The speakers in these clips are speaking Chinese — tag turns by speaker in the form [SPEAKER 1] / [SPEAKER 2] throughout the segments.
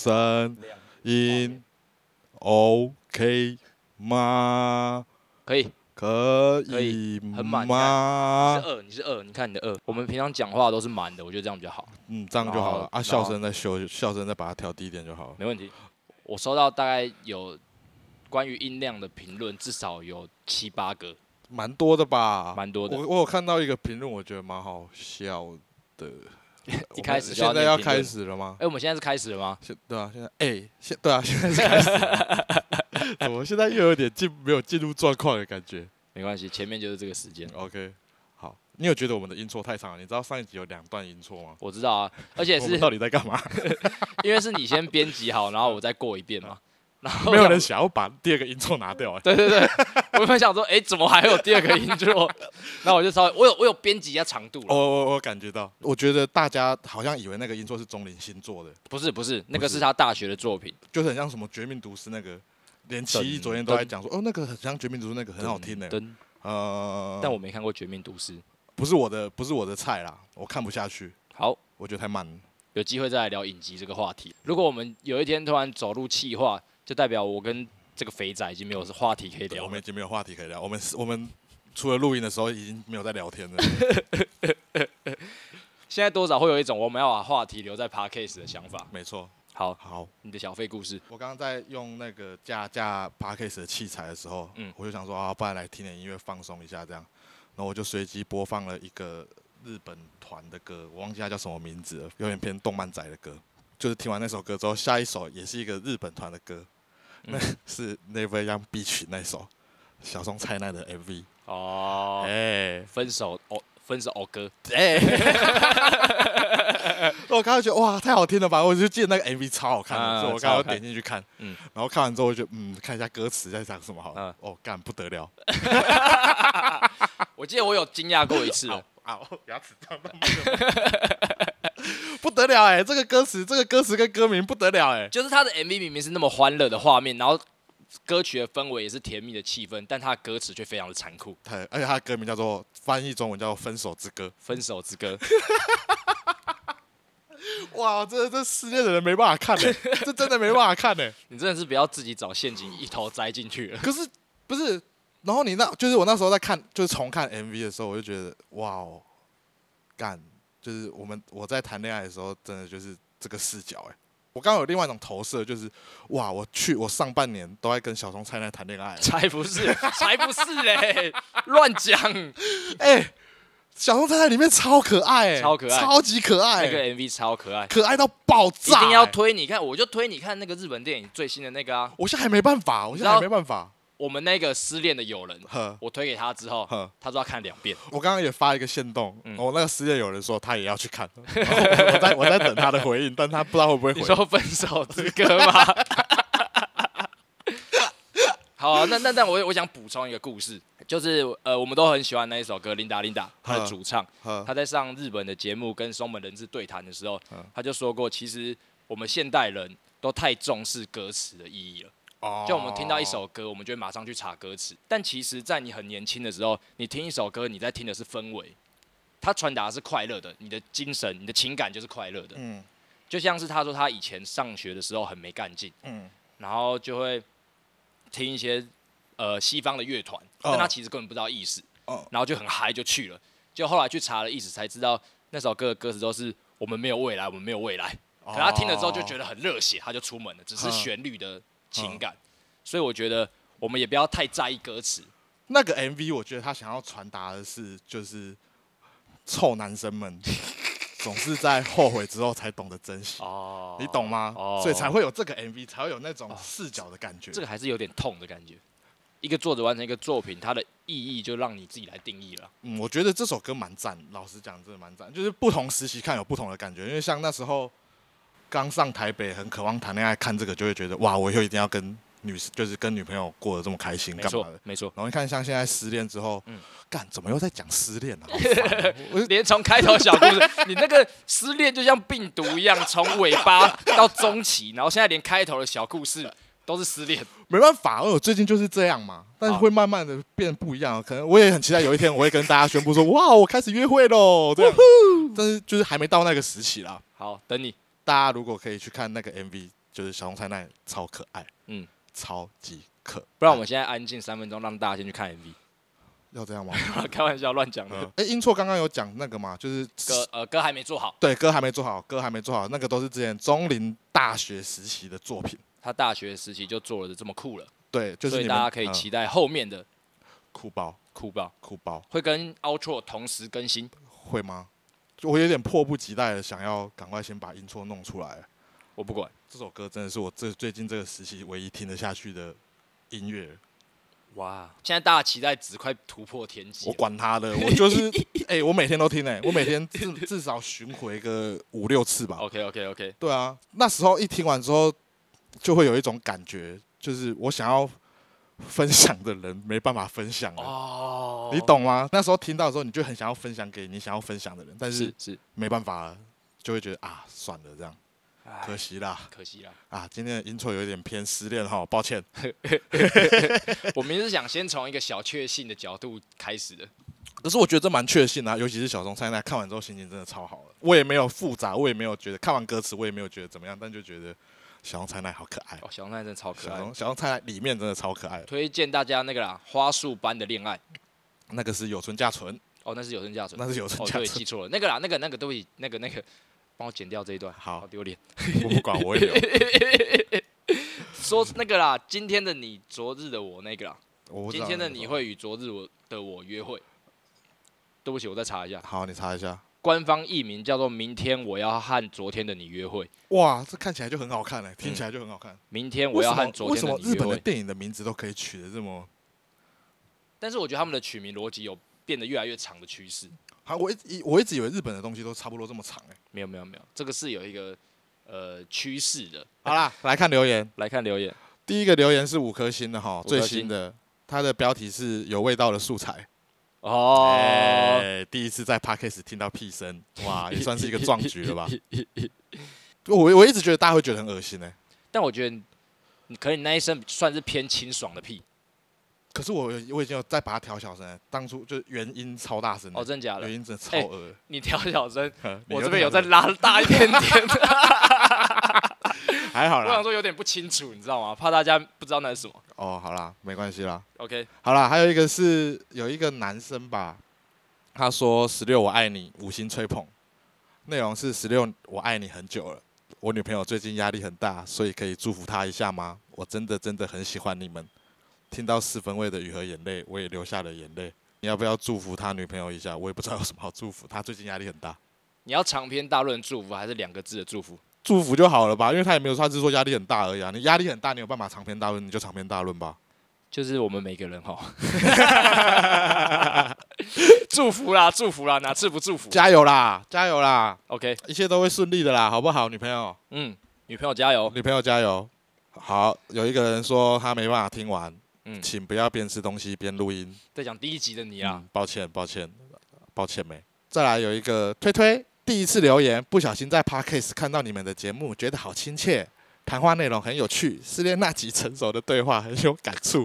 [SPEAKER 1] 三音，OK 吗？
[SPEAKER 2] 可以。
[SPEAKER 1] 可
[SPEAKER 2] 可
[SPEAKER 1] 以
[SPEAKER 2] 很满你
[SPEAKER 1] 吗
[SPEAKER 2] 是？二，你是二，你看你的二。我们平常讲话都是满的，我觉得这样比较好，
[SPEAKER 1] 嗯，这样就好了
[SPEAKER 2] 哦然后
[SPEAKER 1] 啊。笑声再修，笑声再把它调低一点就好了。
[SPEAKER 2] 没问题。我收到大概有关于音量的评论，至少有七 八个，
[SPEAKER 1] 蛮多的吧？
[SPEAKER 2] 蛮多的
[SPEAKER 1] 我我有看到一个评论，我觉得蛮好笑的。
[SPEAKER 2] 一开始
[SPEAKER 1] 我们
[SPEAKER 2] 就
[SPEAKER 1] 现在
[SPEAKER 2] 要念
[SPEAKER 1] 要
[SPEAKER 2] 评论
[SPEAKER 1] 开始了吗
[SPEAKER 2] 哎、？我们现在是开始了吗？
[SPEAKER 1] 现对啊，现在哎、现对啊，现在是开始了。 怎么现在又有点进没有进入状况的感觉
[SPEAKER 2] 没关系，前面就是这个时间。
[SPEAKER 1] ？OK，好，你有觉得我们的音错太长了？你知道上一集有两段音错吗？
[SPEAKER 2] 我知道 啊，而且
[SPEAKER 1] 我
[SPEAKER 2] 是
[SPEAKER 1] 们到底在干 嘛？
[SPEAKER 2] 因为是你先编辑好，然后我再过一遍 嘛。 然后
[SPEAKER 1] 没有人想要把第二个音错拿掉、哎
[SPEAKER 2] 对对对，我本来想说，哎、怎么还有第二个音 桌？那我就稍微，我有我有编辑一下长度
[SPEAKER 1] 我
[SPEAKER 2] 了。
[SPEAKER 1] 我我感觉到，我觉得大家好像以为那个音错是钟林星做的，
[SPEAKER 2] 不是不是，那
[SPEAKER 1] 不
[SPEAKER 2] 个
[SPEAKER 1] 是
[SPEAKER 2] 是他大学的作品。
[SPEAKER 1] 就是很像什么《绝命毒师》那个，连奇艺
[SPEAKER 2] 噔
[SPEAKER 1] 昨天都在
[SPEAKER 2] 噔
[SPEAKER 1] 讲说，哦，那个很像《绝命毒师》那个很好听的、嗯
[SPEAKER 2] 噔噔
[SPEAKER 1] 呃，
[SPEAKER 2] 嗯但我没看过《绝命毒师》。
[SPEAKER 1] 不是我的，不是我的菜啦，我看不下去，
[SPEAKER 2] 好，
[SPEAKER 1] 我觉得太慢了。
[SPEAKER 2] 有机会再来聊影集这个话题。如果我们有一天突然走入气化，就代表我跟这个肥仔已经没有话题可以
[SPEAKER 1] 对
[SPEAKER 2] 聊
[SPEAKER 1] 我们
[SPEAKER 2] 了
[SPEAKER 1] 已。经没有话题可以聊，我们我们除了录音的时候已经没有在聊天了。
[SPEAKER 2] 现在多少会有一种我们要把话题留在 podcast 的想法。
[SPEAKER 1] 没错，
[SPEAKER 2] 好，
[SPEAKER 1] 好，
[SPEAKER 2] 你的小费故事，
[SPEAKER 1] 我刚刚在用那个架架 p a c k a g e 的器材的时候，
[SPEAKER 2] 嗯
[SPEAKER 1] 我就想说啊，不然来听点音乐放松一下这样，然后我就随机播放了一个日本团的歌，我忘记它叫什么名字了，有点偏动漫宅的歌。就是听完那首歌之后，下一首也是一个日本团的歌，
[SPEAKER 2] 嗯
[SPEAKER 1] 那是 Never Young Beach 那首小松菜奈的 MV。
[SPEAKER 2] 哦，
[SPEAKER 1] 哎
[SPEAKER 2] 分手哦，分手哦哥，
[SPEAKER 1] 哎，我刚刚觉得哇，太好听了吧！我就记得那个 MV 超好看的，
[SPEAKER 2] 啊
[SPEAKER 1] 所以我刚刚有
[SPEAKER 2] 超好看
[SPEAKER 1] 点进去看，
[SPEAKER 2] 嗯
[SPEAKER 1] 然后看完之后我就觉得嗯，看一下歌词在讲什么好了
[SPEAKER 2] 嗯。
[SPEAKER 1] 哦，干不得了，
[SPEAKER 2] 我记得我有惊讶过一次了，
[SPEAKER 1] 啊，牙齿痛到 不得了哎，这个歌词，这个歌词跟歌名不得了哎，
[SPEAKER 2] 就是他的 MV 明明是那么欢乐的画面，然后歌曲的氛围也是甜蜜的气氛，但他的歌词却非常的残酷，《
[SPEAKER 1] 它而且它的歌名叫做翻译中文叫做《分手之歌
[SPEAKER 2] 分手之歌》。》，
[SPEAKER 1] 哇，这这失恋的人没办法看哎，这真的没办法看哎。
[SPEAKER 2] 你真的是不要自己找陷阱，一头栽进去了。
[SPEAKER 1] 可是不是？然后你那就是我那时候在看，就是重看 MV 的时候，我就觉得哇哦，干！就是我们我在谈恋爱的时候，真的就是这个视角哎、我刚刚有另外一种投射，就是哇，我去，我上半年都在跟小松菜奈谈恋爱欸，
[SPEAKER 2] 才不是， 才不是嘞，乱讲。
[SPEAKER 1] 哎、小松菜奈里面超可爱、欸，
[SPEAKER 2] 超可爱
[SPEAKER 1] 超级可爱
[SPEAKER 2] 那
[SPEAKER 1] 欸、
[SPEAKER 2] 个 MV 超可爱，
[SPEAKER 1] 可爱到爆
[SPEAKER 2] 一
[SPEAKER 1] 炸、
[SPEAKER 2] 定要
[SPEAKER 1] 欸
[SPEAKER 2] 推你看，我就推你看那个日本电影最新的那个啊，
[SPEAKER 1] 我现在还没办法，我现在还没办法。
[SPEAKER 2] 我们那个失恋的友人，
[SPEAKER 1] 呵
[SPEAKER 2] 我推给他之后，
[SPEAKER 1] 呵，
[SPEAKER 2] 他说要看两遍。
[SPEAKER 1] 我刚刚也发一个限动，哦我、
[SPEAKER 2] 嗯
[SPEAKER 1] 那个失恋有人说他也要去 看，然后我我在我在等他的回应，但他不知道会不会回
[SPEAKER 2] 你。说分手之歌吗？ 好啊、那那那我我想补充一个故事，就是呃，我们都很喜欢那一首歌《琳达琳达》，她的主唱，
[SPEAKER 1] 呵
[SPEAKER 2] 她在上日本的节目跟松本人志对谈的时候
[SPEAKER 1] 嗯，
[SPEAKER 2] 她就说过，其实我们现代人都太重视歌词的意义了。
[SPEAKER 1] 哦
[SPEAKER 2] 就我们听到一首歌，我们就会马上去查歌词。但其实，在你很年轻的时候，你听一首歌，你在听的是氛围，它传达的是快乐的，你的精神、你的情感就是快乐的。
[SPEAKER 1] 嗯
[SPEAKER 2] 就像是他说，他以前上学的时候很没干劲，
[SPEAKER 1] 嗯，
[SPEAKER 2] 然后就会听一些呃西方的乐团，但他其实根本不知道意思，
[SPEAKER 1] 哦
[SPEAKER 2] 然后就很嗨就去了。就后来去查了意思，才知道那首歌的歌词都是“我们没有未来，我们没有未来”。可他听了之后就觉
[SPEAKER 1] 得
[SPEAKER 2] 得很热血，他就出门了，只是
[SPEAKER 1] 哦嗯
[SPEAKER 2] 旋律的情感。所以我觉得我们也不要太在意歌词，
[SPEAKER 1] 那个 MV，我觉得他想要传达的是，就是臭男生 们总是在后悔之后才懂得珍惜，
[SPEAKER 2] 哦
[SPEAKER 1] 你懂吗？
[SPEAKER 2] 哦
[SPEAKER 1] 所以才会有这个 MV，才会有那种视角的感觉。
[SPEAKER 2] 这个还是有点痛的感觉。一个作者完成一个作品，它的意义就让你自己来定义了。
[SPEAKER 1] 嗯，我觉得这首歌蛮赞，老实讲，真的蛮赞。就是不同时期看有不同的感觉，因为像那时候刚上台北，很渴望谈恋爱，看这个就会觉得哇，我以后一定要跟女，就是跟女朋友过得这么开心，
[SPEAKER 2] 没
[SPEAKER 1] 干嘛
[SPEAKER 2] 错
[SPEAKER 1] 的？，
[SPEAKER 2] 没错。
[SPEAKER 1] 然后你看，像现在失恋之后，
[SPEAKER 2] 嗯
[SPEAKER 1] 干怎么又在讲失恋啊？好烦哦我
[SPEAKER 2] 连从开头小故事，你那个失恋就像病毒一样，从尾巴到中期，然后现在连开头的小故事都是失恋。
[SPEAKER 1] 没办法，我最近就是这样嘛，但是
[SPEAKER 2] 好
[SPEAKER 1] 会慢慢的变不一样。可能我也很期待有一天我会跟大家宣布说，哇，我开始约会喽，这样。但是就是还没到那个时期啦。
[SPEAKER 2] 好，等你
[SPEAKER 1] 大家如果可以去看那个 MV，就是小红菜奈超可爱，
[SPEAKER 2] 嗯，
[SPEAKER 1] 超级可爱。
[SPEAKER 2] 不然我们现在安静三分钟，让大家先去看 嗯 MV。
[SPEAKER 1] 要这样 吗？
[SPEAKER 2] 开玩笑，乱讲的。
[SPEAKER 1] 哎、英错刚刚有讲那个嘛，就是
[SPEAKER 2] 歌呃歌还没做好，
[SPEAKER 1] 对歌还没做好，歌还没做好，那个都是之前中林大学时期的作品。
[SPEAKER 2] 他大学时期就做了这么酷了，
[SPEAKER 1] 对，就是
[SPEAKER 2] 所
[SPEAKER 1] 你
[SPEAKER 2] 以
[SPEAKER 1] 们
[SPEAKER 2] 大家可以
[SPEAKER 1] 嗯
[SPEAKER 2] 期待后面的
[SPEAKER 1] 酷爆
[SPEAKER 2] 酷爆
[SPEAKER 1] 酷爆
[SPEAKER 2] 会跟 Outro 同时更新。
[SPEAKER 1] 会吗？就我有点迫不及待的想要赶快先把音错弄出来。
[SPEAKER 2] 我不管，
[SPEAKER 1] 这首歌真的是我这最近这个时期唯一听得下去的音乐。
[SPEAKER 2] 哇！现在大家期待值快突破天际
[SPEAKER 1] 我
[SPEAKER 2] 了，
[SPEAKER 1] 管他的，我就是哎、我每天都听哎、我每天至至少巡回个五六次吧。
[SPEAKER 2] OK OK OK，
[SPEAKER 1] 对啊，那时候一听完之后，就会有一种感觉，就是我想要分享的人没办法分享了。
[SPEAKER 2] 哦
[SPEAKER 1] 你懂吗？那时候听到的时候，你就很想要分享给你想要分享的人，但
[SPEAKER 2] 是
[SPEAKER 1] 是
[SPEAKER 2] 是，
[SPEAKER 1] 没办法了，就会觉得啊，算了，这样
[SPEAKER 2] 唉
[SPEAKER 1] 可惜啦
[SPEAKER 2] 可惜啦。
[SPEAKER 1] 啊！今天的 intro 有点偏失恋哈，抱歉。
[SPEAKER 2] 我们是想先从一个小确幸的角度开始的，
[SPEAKER 1] 可是我觉得这蛮确信啊，尤其是小松菜奈看完之后心情真的超好了。我也没有复杂，我也没有觉得看完歌词我也没有觉得怎么样，但就觉得小松菜奈好可爱。
[SPEAKER 2] 哦，小红奈真的超可
[SPEAKER 1] 小
[SPEAKER 2] 爱的，
[SPEAKER 1] 松小松菜奈里面真的超可爱的，
[SPEAKER 2] 推荐大家那个啦，《花束般的恋爱》
[SPEAKER 1] 那个是有村架 纯，
[SPEAKER 2] 哦，那是有声价值，
[SPEAKER 1] 那是有村
[SPEAKER 2] 哦，
[SPEAKER 1] 架
[SPEAKER 2] 对，
[SPEAKER 1] 纯。
[SPEAKER 2] 记错了，那个啦，那个那个对不起，那个那个，帮我剪掉这一段，
[SPEAKER 1] 好
[SPEAKER 2] 好丢脸。
[SPEAKER 1] 我不管，我也有，
[SPEAKER 2] 说那个啦，今天的你，昨日的我，那个啦，
[SPEAKER 1] 我不知
[SPEAKER 2] 今
[SPEAKER 1] 道
[SPEAKER 2] 天的
[SPEAKER 1] 那个
[SPEAKER 2] 你
[SPEAKER 1] 什么
[SPEAKER 2] 会与昨日我的我约会。对不起，我再查一下，
[SPEAKER 1] 好，你查一下。
[SPEAKER 2] 官方译名叫做《明天我要和昨天的你约会》，
[SPEAKER 1] 哇，这看起来就很好看哎、听起来就很好看。
[SPEAKER 2] 明天我
[SPEAKER 1] 为什
[SPEAKER 2] 要
[SPEAKER 1] 么
[SPEAKER 2] 和昨
[SPEAKER 1] 为
[SPEAKER 2] 天
[SPEAKER 1] 什
[SPEAKER 2] 的
[SPEAKER 1] 么
[SPEAKER 2] 你
[SPEAKER 1] 日
[SPEAKER 2] 约
[SPEAKER 1] 本的
[SPEAKER 2] 会。
[SPEAKER 1] 电影的名字都可以取得这么？
[SPEAKER 2] 但是我觉得他们的取名逻辑有变得越来越长的趋势。
[SPEAKER 1] 啊，我一直以我一直以为日本的东西都差不多这么长哎、
[SPEAKER 2] 没有没有没有，这个是有一个呃趋势的。
[SPEAKER 1] 好 啦，来看留言。
[SPEAKER 2] 来看留言，
[SPEAKER 1] 第一个留言是五颗星的哈，
[SPEAKER 2] 五颗
[SPEAKER 1] 最
[SPEAKER 2] 星
[SPEAKER 1] 新的，它的标题是有味道的素材。
[SPEAKER 2] 哦，
[SPEAKER 1] 哎第一次在 podcast 听到屁声，哇，也算是一个壮举了 吧？我我一直觉得大家会觉得很恶心呢、欸
[SPEAKER 2] 但我觉得你可能你那一声算是偏清爽的屁
[SPEAKER 1] 可是我有我已经有再把它调小声了，当初就是原音超大声的
[SPEAKER 2] 哦，真的假
[SPEAKER 1] 原
[SPEAKER 2] 的？
[SPEAKER 1] 音真的超恶、
[SPEAKER 2] 你调小声，
[SPEAKER 1] 你又
[SPEAKER 2] 我这边有
[SPEAKER 1] 调
[SPEAKER 2] 再
[SPEAKER 1] 小声，
[SPEAKER 2] 拉大一点 点，
[SPEAKER 1] 还好
[SPEAKER 2] 我想
[SPEAKER 1] 啦。
[SPEAKER 2] 说有点不清楚，你知道吗？怕大家不知道那是什么。
[SPEAKER 1] 哦，好啦，没关系啦。
[SPEAKER 2] OK，
[SPEAKER 1] 好啦，还有一个是有一个男生吧，他说十六我爱你，五星吹捧，内容是十六我爱你很久了，我女朋友最近压力很大，所以可以祝福她一下吗？我真的真的很喜欢你们。听到四分位的雨和眼泪，我也流下了眼泪。你要不要祝福他女朋友一下？我也不知道有什么好祝福，他最近压力很大，
[SPEAKER 2] 你要长篇大论祝福还是两个字的祝福？
[SPEAKER 1] 祝福就好了吧，因为他也没有说，他只是说压力很大而已啊。你压力很大，你有办法长篇大论，你就长篇大论吧。
[SPEAKER 2] 就是我们每个人哈， 祝福啦，祝福啦，哪次不祝福
[SPEAKER 1] 加油啦，加油啦，
[SPEAKER 2] ？OK，
[SPEAKER 1] 一切都会顺利的啦，好不好，女朋友？
[SPEAKER 2] 嗯，女朋友加油。
[SPEAKER 1] 哦女朋友加油！好，有一个人说他没办法听完，
[SPEAKER 2] 嗯
[SPEAKER 1] 请不要边吃东西边录音。
[SPEAKER 2] 在讲第一集的你啊，
[SPEAKER 1] 嗯抱歉，抱歉，抱歉没。再来有一个推推，第一次留言，不小心在 Podcast 看到你们的节目，觉得好亲切，谈话内容很有趣，失恋那集成熟的对话很有感触。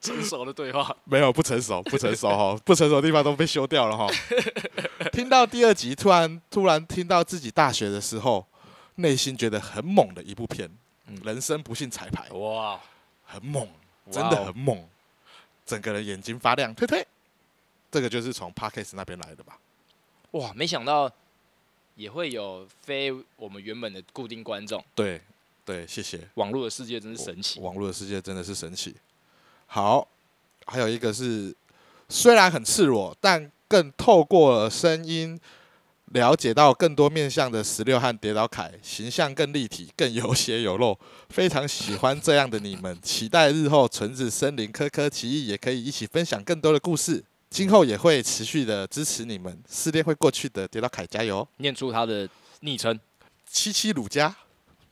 [SPEAKER 2] 成熟的对话。
[SPEAKER 1] 没有不成熟，不 成熟哈，不成熟的地方都被修掉了哈。听到第二集，突然突然听到自己大学的时候，内心觉得很猛的一部片，
[SPEAKER 2] 嗯
[SPEAKER 1] 人生不幸彩排》。
[SPEAKER 2] 哇，
[SPEAKER 1] 很猛，
[SPEAKER 2] 哇
[SPEAKER 1] 真的
[SPEAKER 2] 哦
[SPEAKER 1] 很猛，整个人眼睛发亮，推推。这个就是从 Parkes 那边来的吧？
[SPEAKER 2] 哇，没想到也会有非我们原本的固定观众。
[SPEAKER 1] 对，对，谢谢。
[SPEAKER 2] 网络的世界真是神奇。
[SPEAKER 1] 网络的世界真的是神奇。好，还有一个是，虽然很赤裸，但更透过声音了解到更多面向的十六和跌倒凯，形象更立体，更有血有肉，非常喜欢这样的你们。期待日后纯子、森林、科科、奇异也可以一起分享更多的故事。今后也会持续的支持你们，失恋会过去的，跌倒凯加油！
[SPEAKER 2] 念出他的昵称：
[SPEAKER 1] 七七鲁家，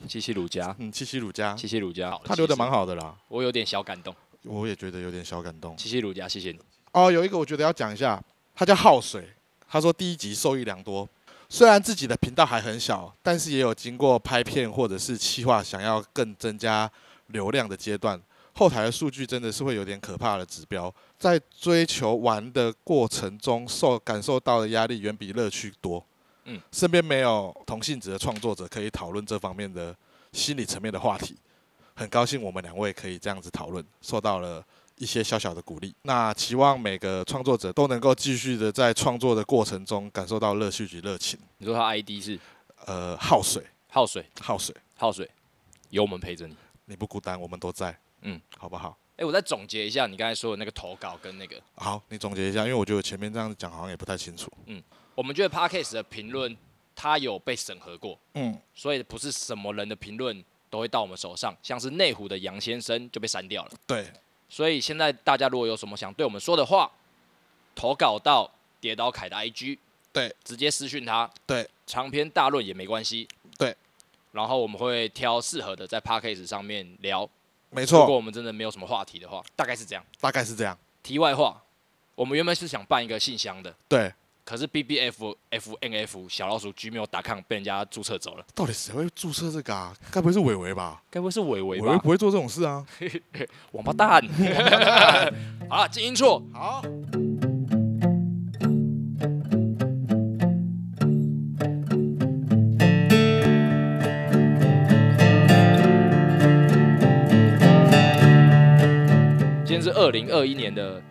[SPEAKER 2] 七七鲁家，
[SPEAKER 1] 嗯，七七鲁家，
[SPEAKER 2] 七七鲁家。
[SPEAKER 1] 他留的
[SPEAKER 2] 其实
[SPEAKER 1] 蛮好的啦，
[SPEAKER 2] 我有点小感动。
[SPEAKER 1] 我也觉得有点小感动。
[SPEAKER 2] 七七鲁家，谢谢你。
[SPEAKER 1] 哦，有一个我觉得要讲一下，他叫浩水，他说第一集受益良多。虽然自己的频道还很小，但是也有经过拍片或者是企划，想要更增加流量的阶段。后台的数据真的是会有点可怕的指标，在追求玩的过程中受感受到的压力远比乐趣多。
[SPEAKER 2] 嗯，
[SPEAKER 1] 身边没有同性质的创作者可以讨论这方面的心理层面的话题。很高兴我们两位可以这样子讨论，受到了一些小小的鼓励。那期望每个创作者都能够继续的在创作的过程中感受到乐趣及热情。
[SPEAKER 2] 你说他 ID 是
[SPEAKER 1] 呃，耗水，
[SPEAKER 2] 耗水，
[SPEAKER 1] 耗水，
[SPEAKER 2] 耗水，有我们陪着你。
[SPEAKER 1] 你不孤单，我们都在。
[SPEAKER 2] 嗯，
[SPEAKER 1] 好不好？
[SPEAKER 2] 哎、我再总结一下你刚才说的那个投稿跟那个，
[SPEAKER 1] 好，你总结一下，因为我觉得我前面这样讲好像也不太清楚。
[SPEAKER 2] 我们觉得 Podcast 的评论它有被审核过，
[SPEAKER 1] 嗯，
[SPEAKER 2] 所以不是什么人的评论都会到我们手上，像是内湖的杨先生就被删掉了。
[SPEAKER 1] 对，
[SPEAKER 2] 所以现在大家如果有什么想对我们说的话，投稿到跌倒凯的 IG，
[SPEAKER 1] 对，
[SPEAKER 2] 直接私讯他，
[SPEAKER 1] 对，
[SPEAKER 2] 长篇大论也没关系，
[SPEAKER 1] 对。
[SPEAKER 2] 然后我们会挑适合的在 p a c k a g e 上面聊。
[SPEAKER 1] 没
[SPEAKER 2] 如果
[SPEAKER 1] 错，
[SPEAKER 2] 我们真的没有什么话题的话，大概是这样。
[SPEAKER 1] 大概是这样。
[SPEAKER 2] 题外话，我们原本是想办一个信箱的，
[SPEAKER 1] 对，
[SPEAKER 2] 可是 B B F F N F 小老鼠 gmail.com 被人家注册走了，
[SPEAKER 1] 到底谁会注册这个啊？该不会是伟伟吧？
[SPEAKER 2] 该不会是伟伟
[SPEAKER 1] 伟
[SPEAKER 2] 吧
[SPEAKER 1] 伟？不会做这种事啊。
[SPEAKER 2] 王八蛋！ 好了，静音处，
[SPEAKER 1] 好，
[SPEAKER 2] 今天是二零二一年的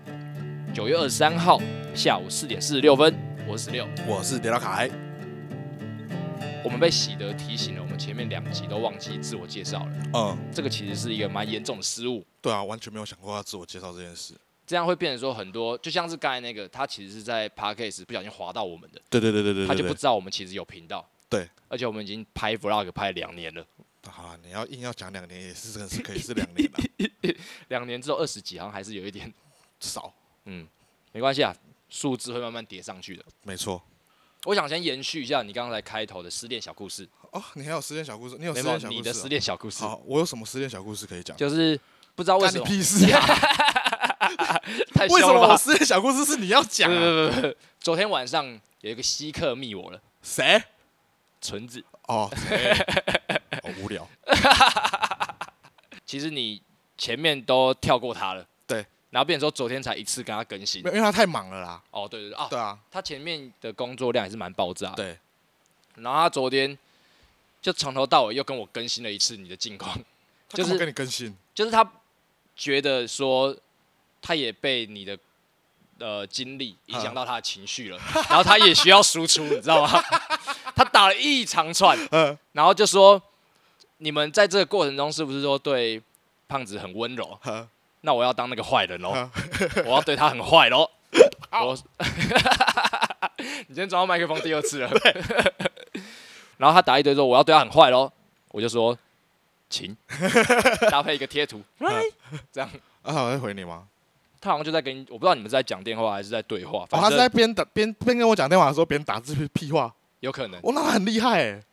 [SPEAKER 2] 九月二十三号下午四点四十六分，我是十六。
[SPEAKER 1] 我是迪拉凯。
[SPEAKER 2] 我们被喜德提醒了，我们前面两集都忘记自我介绍了，
[SPEAKER 1] 嗯，
[SPEAKER 2] 这个其实是一个蛮严重的失误。
[SPEAKER 1] 对啊，完全没有想过要自我介绍这件事。
[SPEAKER 2] 这样会变成说很多，就像是刚才那个，他其实是在 podcast 不小心滑到我们的，
[SPEAKER 1] 对对对对对
[SPEAKER 2] 他
[SPEAKER 1] 对
[SPEAKER 2] 就不
[SPEAKER 1] 对。
[SPEAKER 2] 知道我们其实有频道。
[SPEAKER 1] 对，
[SPEAKER 2] 而且我们已经拍 vlog 拍了两年了，
[SPEAKER 1] 好啦，你要硬要讲两年，也是真的是可以是两年 的、
[SPEAKER 2] 两年之后二十几，好像还是有一点，
[SPEAKER 1] 少。
[SPEAKER 2] 嗯，没关系啊，数字会慢慢叠上去的。
[SPEAKER 1] 没错。
[SPEAKER 2] 我想先延续一下你刚才开头的失恋小故事，
[SPEAKER 1] 哦，你还有失恋小故事？你有
[SPEAKER 2] 没
[SPEAKER 1] 哦失
[SPEAKER 2] 有
[SPEAKER 1] 恋小故事、
[SPEAKER 2] 你的失。恋小故事，
[SPEAKER 1] 好，我有什么失恋小故事可以讲？
[SPEAKER 2] 就是不知道为
[SPEAKER 1] 干
[SPEAKER 2] 什
[SPEAKER 1] 你
[SPEAKER 2] 么
[SPEAKER 1] 屁事 啊！
[SPEAKER 2] 太
[SPEAKER 1] 为什么
[SPEAKER 2] 凶了
[SPEAKER 1] 我啊
[SPEAKER 2] 吧？
[SPEAKER 1] 失恋小故事是你要讲、啊？
[SPEAKER 2] 不不不不，昨天晚上有一个稀客密我了，
[SPEAKER 1] 谁？
[SPEAKER 2] 纯子。
[SPEAKER 1] 哦， 谁哦无聊。
[SPEAKER 2] 其实你前面都跳过他了，
[SPEAKER 1] 对，
[SPEAKER 2] 然后变成说昨天才一次跟他更新
[SPEAKER 1] 没。有，因为他太忙了啦。
[SPEAKER 2] 哦，对对对啊，
[SPEAKER 1] 对啊，
[SPEAKER 2] 他前面的工作量也是蛮爆炸的。
[SPEAKER 1] 对，
[SPEAKER 2] 然后他昨天就从头到尾又跟我更新了一次你的近况，
[SPEAKER 1] 他
[SPEAKER 2] 就
[SPEAKER 1] 干嘛
[SPEAKER 2] 是
[SPEAKER 1] 跟你更新。
[SPEAKER 2] 就是他觉得说他也被你的。呃，经历影响到他的情 绪了，然后他也需要输出，你知道吗？他打了一长串，
[SPEAKER 1] 呃，
[SPEAKER 2] 然后就说你们在这个过程中是不是说对胖子很温柔？
[SPEAKER 1] 呵
[SPEAKER 2] 那我要当那个坏人喽
[SPEAKER 1] 啊，
[SPEAKER 2] 我要对他很坏喽。我， 你今天装到麦克风第二次了。 然后他打一堆说我要对他很坏喽，我就说请 搭配一个贴图，这样
[SPEAKER 1] 啊，他会回你吗？
[SPEAKER 2] 他好像就在跟我不知道你们是在讲电话还是在对话，
[SPEAKER 1] 哦，
[SPEAKER 2] 反
[SPEAKER 1] 他是在
[SPEAKER 2] 正
[SPEAKER 1] 边打边边跟我讲电话的时候边打字屁话。
[SPEAKER 2] 有可能。
[SPEAKER 1] 哦，那他很厉害哎，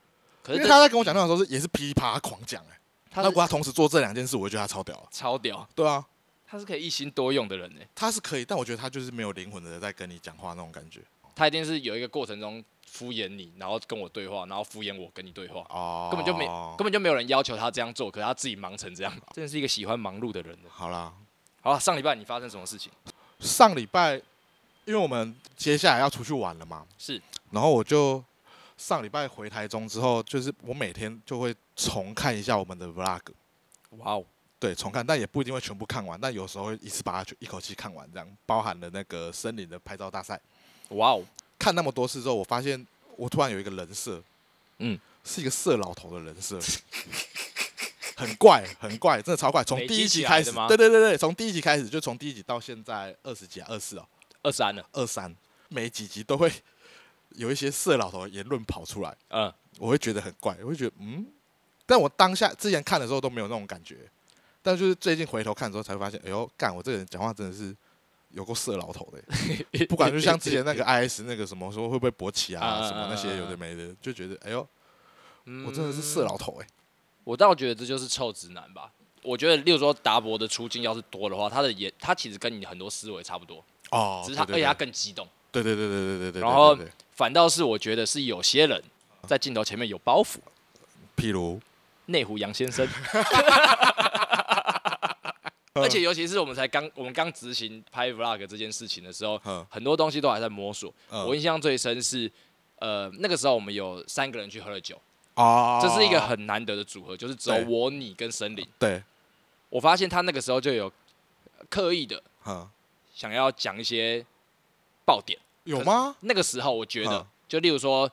[SPEAKER 2] 可
[SPEAKER 1] 因
[SPEAKER 2] 是
[SPEAKER 1] 为
[SPEAKER 2] 这
[SPEAKER 1] 他在跟我讲电话的时候是也是噼啪狂讲哎。
[SPEAKER 2] 他
[SPEAKER 1] 那如
[SPEAKER 2] 是
[SPEAKER 1] 果他同时做这两件事，我就觉得他超屌了。
[SPEAKER 2] 超屌，
[SPEAKER 1] 对啊，
[SPEAKER 2] 他是可以一心多用的人呢。欸
[SPEAKER 1] 他是可以，但我觉得他就是没有灵魂的在跟你讲话那种感觉。
[SPEAKER 2] 他一定是有一个过程中敷衍你，然后跟我对话，然后敷衍我跟你对话，
[SPEAKER 1] 哦，
[SPEAKER 2] 根本就没根本就没有人要求他这样做，可是他自己忙成这样，真的是一个喜欢忙碌的人呢。
[SPEAKER 1] 好啦，
[SPEAKER 2] 好啊，上礼拜你发生什么事情？
[SPEAKER 1] 上礼拜，因为我们接下来要出去玩了嘛，
[SPEAKER 2] 是，
[SPEAKER 1] 然后我就上礼拜回台中之后，就是我每天就会重看一下我们的 vlog，
[SPEAKER 2] 哇哦，
[SPEAKER 1] 对，重看，但也不一定会全部看完，但有时候会一次把它全一口气看完，这样包含了那个森林的拍照大赛。
[SPEAKER 2] 哇哦，
[SPEAKER 1] 看那么多次之后，我发现我突然有一个人设，
[SPEAKER 2] 嗯，
[SPEAKER 1] 是一个色老头的人设， 很怪，很怪，真的超怪。从
[SPEAKER 2] 累积
[SPEAKER 1] 第一集
[SPEAKER 2] 起来
[SPEAKER 1] 开
[SPEAKER 2] 的
[SPEAKER 1] 始
[SPEAKER 2] 吗，
[SPEAKER 1] 对对对对，从第一集开始，就从第一集到现在二十集啊，二四哦，
[SPEAKER 2] 二三了，
[SPEAKER 1] 二三，每几集都会有一些色老头的言论跑出来，
[SPEAKER 2] 嗯，
[SPEAKER 1] 我会觉得很怪，我会觉得嗯，但我当下之前看的时候都没有那种感觉，但就是最近回头看的时候才会发现，哎呦，干我这个人讲话真的是有够色老头的欸、 不管就像之前那个 IS 那个什么说会不会勃起
[SPEAKER 2] 啊啊
[SPEAKER 1] 啊
[SPEAKER 2] 啊
[SPEAKER 1] 什么那
[SPEAKER 2] 啊
[SPEAKER 1] 些
[SPEAKER 2] 啊
[SPEAKER 1] 有的没的，就觉得哎呦，
[SPEAKER 2] 嗯
[SPEAKER 1] 我真的是色，老头哎、
[SPEAKER 2] 我倒觉得这就是臭直男吧。我觉得，例如说达博的出镜要是多的话，他的也他其实跟你很多思维差不多，
[SPEAKER 1] 哦，
[SPEAKER 2] 嗯只是他
[SPEAKER 1] 对对
[SPEAKER 2] 而且他
[SPEAKER 1] 对
[SPEAKER 2] 更激动。
[SPEAKER 1] 对对对对对对对，
[SPEAKER 2] 然后
[SPEAKER 1] 对对
[SPEAKER 2] 反倒是我觉得是有些人在镜头前面有包袱，
[SPEAKER 1] 譬如
[SPEAKER 2] 内湖杨 先生。而且尤其是我们才刚我们刚执行拍 vlog 这件事情的时候
[SPEAKER 1] 嗯，
[SPEAKER 2] 很多东西都还在摸索。
[SPEAKER 1] 嗯
[SPEAKER 2] 我印象最深是，呃，那个时候我们有三个人去喝了酒，
[SPEAKER 1] 哦，
[SPEAKER 2] 这是一个很难得的组合，就是只有
[SPEAKER 1] 对
[SPEAKER 2] 我、你跟森林。
[SPEAKER 1] 对，
[SPEAKER 2] 我发现他那个时候就有呃刻意的
[SPEAKER 1] 嗯，
[SPEAKER 2] 想要讲一些爆点。
[SPEAKER 1] 有吗？
[SPEAKER 2] 那个时候我觉得
[SPEAKER 1] 嗯，
[SPEAKER 2] 就例如说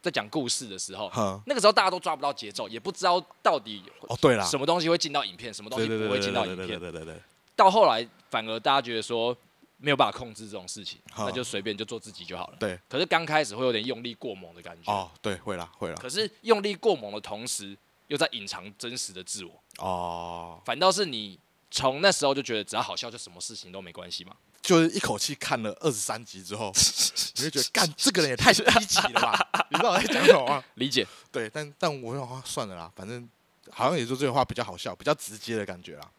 [SPEAKER 2] 在讲故事的时候，
[SPEAKER 1] 嗯，
[SPEAKER 2] 那个时候大家都抓不到节奏，也不知道到底
[SPEAKER 1] 哦，对啦，
[SPEAKER 2] 什么东西会进到影片，什么东
[SPEAKER 1] 对
[SPEAKER 2] 西
[SPEAKER 1] 对对
[SPEAKER 2] 不
[SPEAKER 1] 对
[SPEAKER 2] 会
[SPEAKER 1] 对
[SPEAKER 2] 进到
[SPEAKER 1] 对
[SPEAKER 2] 影
[SPEAKER 1] 对
[SPEAKER 2] 片。
[SPEAKER 1] 对对对，
[SPEAKER 2] 到后来反而大家觉得说没有办法控制这种事情，
[SPEAKER 1] 好
[SPEAKER 2] 那就随便就做自己就好了。
[SPEAKER 1] 对。
[SPEAKER 2] 可是刚开始会有点用力过猛的感觉，
[SPEAKER 1] 哦，对，会啦会啦，
[SPEAKER 2] 可是用力过猛的同时，又在隐藏真实的自我。
[SPEAKER 1] 哦，
[SPEAKER 2] 反倒是你从那时候就觉得只要好笑，就什么事情都没关系嘛。
[SPEAKER 1] 就是一口气看了二十三集之后，你就觉得干这个人也太低级了吧？你知道我在讲什么吗？
[SPEAKER 2] 理解，
[SPEAKER 1] 对，但但我想啊算了啦，反正好像也就这句话比较好笑，比较直接的感觉啦。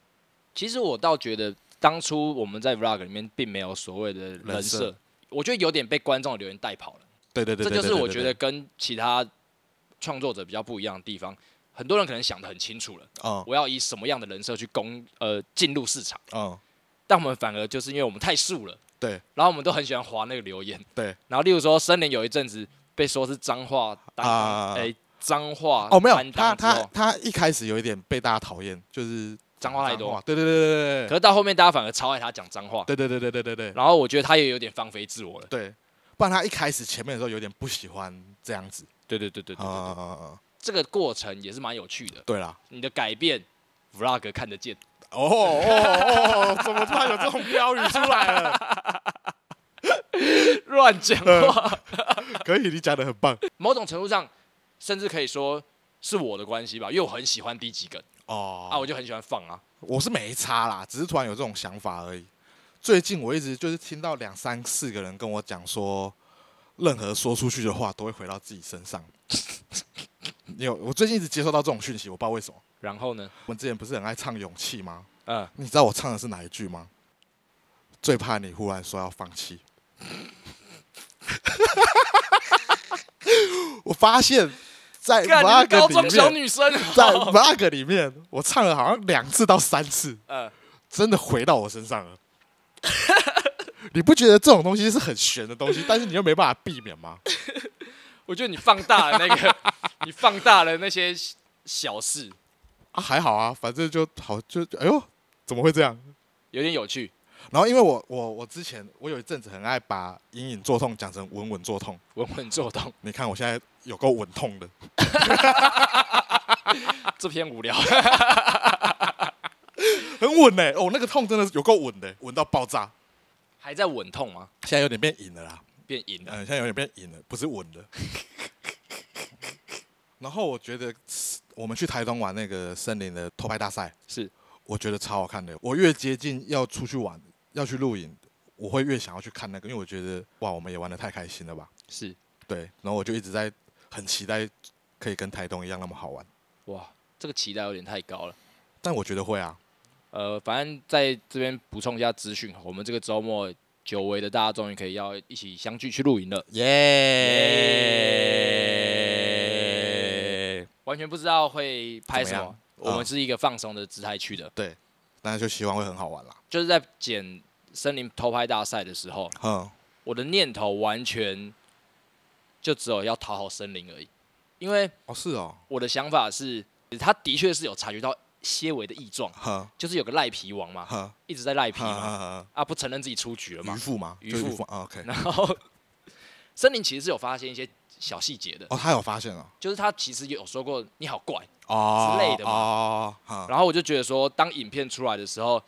[SPEAKER 2] 其实我倒觉得当初我们在 vlog 里面并没有所谓的人
[SPEAKER 1] 人设
[SPEAKER 2] 设，我觉得有点被观众的留言带跑了。
[SPEAKER 1] 对对对，
[SPEAKER 2] 这
[SPEAKER 1] 对
[SPEAKER 2] 就是
[SPEAKER 1] 对
[SPEAKER 2] 我
[SPEAKER 1] 对
[SPEAKER 2] 觉
[SPEAKER 1] 对
[SPEAKER 2] 得跟其他创作者比较不一样的地方。很多人可能想得很清楚了，
[SPEAKER 1] 嗯
[SPEAKER 2] 我要以什么样的人设去攻呃进入市场，
[SPEAKER 1] 嗯，
[SPEAKER 2] 但我们反而就是因为我们太素了，
[SPEAKER 1] 对
[SPEAKER 2] 然后我们都很喜欢划那个留言，
[SPEAKER 1] 对。
[SPEAKER 2] 然后例如说森林有一阵子被说是脏话担
[SPEAKER 1] 啊
[SPEAKER 2] 当，哎、脏话
[SPEAKER 1] 哦，没有
[SPEAKER 2] 担，
[SPEAKER 1] 他
[SPEAKER 2] 当之
[SPEAKER 1] 他
[SPEAKER 2] 后，
[SPEAKER 1] 他一开始有一点被大家讨厌，就是
[SPEAKER 2] 脏话太多。
[SPEAKER 1] 对对对对
[SPEAKER 2] 可是到后面大家反而超爱他讲脏话，
[SPEAKER 1] 对对对对对对对对对
[SPEAKER 2] 然后我觉得他也有点放飞自我了。
[SPEAKER 1] 对，不然他一开始前面的时候有点不喜欢这样子
[SPEAKER 2] 对对对对对
[SPEAKER 1] 啊
[SPEAKER 2] 对
[SPEAKER 1] 啊啊啊啊！
[SPEAKER 2] 这个过程也是蛮有趣的，
[SPEAKER 1] 对啦，
[SPEAKER 2] 你的改变 vlog 看得见。
[SPEAKER 1] 哦哦哦，怎么突然有这种标语出来了？
[SPEAKER 2] 乱讲话，
[SPEAKER 1] 可以，你讲的很棒
[SPEAKER 2] 某种程度上，甚至可以说是我的关系吧，因为我很喜欢低级梗
[SPEAKER 1] 哦
[SPEAKER 2] 啊，我就很喜欢放啊。
[SPEAKER 1] 我是没差啦，只是突然有这种想法而已。最近我一直就是听到两三四个人跟我讲说，任何说出去的话都会回到自己身上。 你有，我最近一直接收到这种讯息，我不知道为什么。
[SPEAKER 2] 然后呢，
[SPEAKER 1] 我们之前不是很爱唱勇气吗？
[SPEAKER 2] 嗯，
[SPEAKER 1] 你知道我唱的是哪一句吗？最怕你忽然说要放弃。 我发现，在
[SPEAKER 2] 干你们
[SPEAKER 1] bug
[SPEAKER 2] 高
[SPEAKER 1] 里
[SPEAKER 2] 中小
[SPEAKER 1] 面，
[SPEAKER 2] 女生，啊
[SPEAKER 1] 在 bug 里面，我唱了好像两次到三次。
[SPEAKER 2] 嗯，
[SPEAKER 1] 真的回到我身上了。你不觉得这种东西是很玄的东西，但是你又没办法避免吗？
[SPEAKER 2] 我觉得你放大了那个， 你放大了那些小事，
[SPEAKER 1] 啊，还好啊，反正就好，就哎呦，怎么会这样？
[SPEAKER 2] 有点有趣，
[SPEAKER 1] 然后因为我我我之前我有一阵子很爱把隐隐作痛讲成稳稳作痛，
[SPEAKER 2] 稳稳做动。
[SPEAKER 1] 你看我现在有够稳痛的，
[SPEAKER 2] 这篇无聊，
[SPEAKER 1] 很稳呢、哦，那个痛真的是有够稳的、稳到爆炸。
[SPEAKER 2] 还在稳痛吗？
[SPEAKER 1] 现在有点变隐了啦，
[SPEAKER 2] 变赢了，
[SPEAKER 1] 嗯，现在有点变隐了，不是稳的。然后我觉得我们去台东玩那个森林的偷拍大赛，
[SPEAKER 2] 是
[SPEAKER 1] 我觉得超好看的。我越接近要出去玩、要去露营，我会越想要去看那个，因为我觉得哇，我们也玩的太开心了吧？
[SPEAKER 2] 是，
[SPEAKER 1] 对，然后我就一直在很期待可以跟台东一样那么好玩，
[SPEAKER 2] 哇，这个期待有点太高了。
[SPEAKER 1] 但我觉得会啊，
[SPEAKER 2] 呃，反正在这边补充一下资讯，我们这个周末久违的大家终于可以要一起相聚去露营了。
[SPEAKER 1] 耶
[SPEAKER 2] 完全不知道会拍什
[SPEAKER 1] 怎么
[SPEAKER 2] 么
[SPEAKER 1] 样。
[SPEAKER 2] 我
[SPEAKER 1] 嗯
[SPEAKER 2] 们是一个放松的姿态去的，
[SPEAKER 1] 那就希望会很好玩啦。
[SPEAKER 2] 就是在剪森林偷拍大赛的时候，
[SPEAKER 1] 嗯，
[SPEAKER 2] 我的念头完全就只有要讨好森林而已，因为
[SPEAKER 1] 哦是哦，
[SPEAKER 2] 我的想法是，他的确是有察觉到些微的异状，
[SPEAKER 1] 呵
[SPEAKER 2] 就是有个赖皮王嘛，
[SPEAKER 1] 呵
[SPEAKER 2] 一直在
[SPEAKER 1] 呵
[SPEAKER 2] 赖皮嘛，
[SPEAKER 1] 呵
[SPEAKER 2] 啊，不承认自己出局了
[SPEAKER 1] 呵，渔
[SPEAKER 2] 嘛，
[SPEAKER 1] 夫吗？
[SPEAKER 2] 渔
[SPEAKER 1] 就是
[SPEAKER 2] 夫
[SPEAKER 1] 渔夫啊，OK。
[SPEAKER 2] 然后森林其实是有发现一些小细节的，
[SPEAKER 1] 哦，他有发现了
[SPEAKER 2] 就是他其实有说过你好怪。
[SPEAKER 1] 哦
[SPEAKER 2] 之类的嘛
[SPEAKER 1] 哦，哼
[SPEAKER 2] 然后我就觉得说，当影片出来的时候，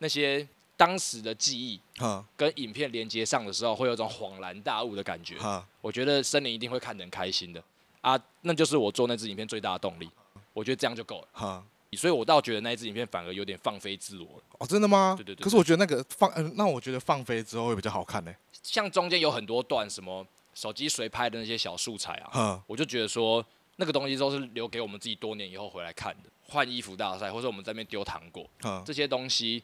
[SPEAKER 2] 那些当时的记忆
[SPEAKER 1] 哼
[SPEAKER 2] 跟影片连接上的时候，会有一种恍然大悟的感觉。
[SPEAKER 1] 哼，
[SPEAKER 2] 我觉得森林一定会看得很开心的啊，那就是我做那支影片最大的动力。我觉得这样就够了，
[SPEAKER 1] 哼。
[SPEAKER 2] 所以我倒觉得那一支影片反而有点放飞自我了。
[SPEAKER 1] 哦，真的吗？
[SPEAKER 2] 对对对
[SPEAKER 1] 可是我觉得那个放，嗯、那我觉得放飞之后会比较好看呢、
[SPEAKER 2] 像中间有很多段什么手机随拍的那些小素材啊，
[SPEAKER 1] 哼，
[SPEAKER 2] 我就觉得说那个东西都是留给我们自己多年以后回来看的。换衣服大赛，或者我们在那边丢糖果，
[SPEAKER 1] 哼，
[SPEAKER 2] 这些东西，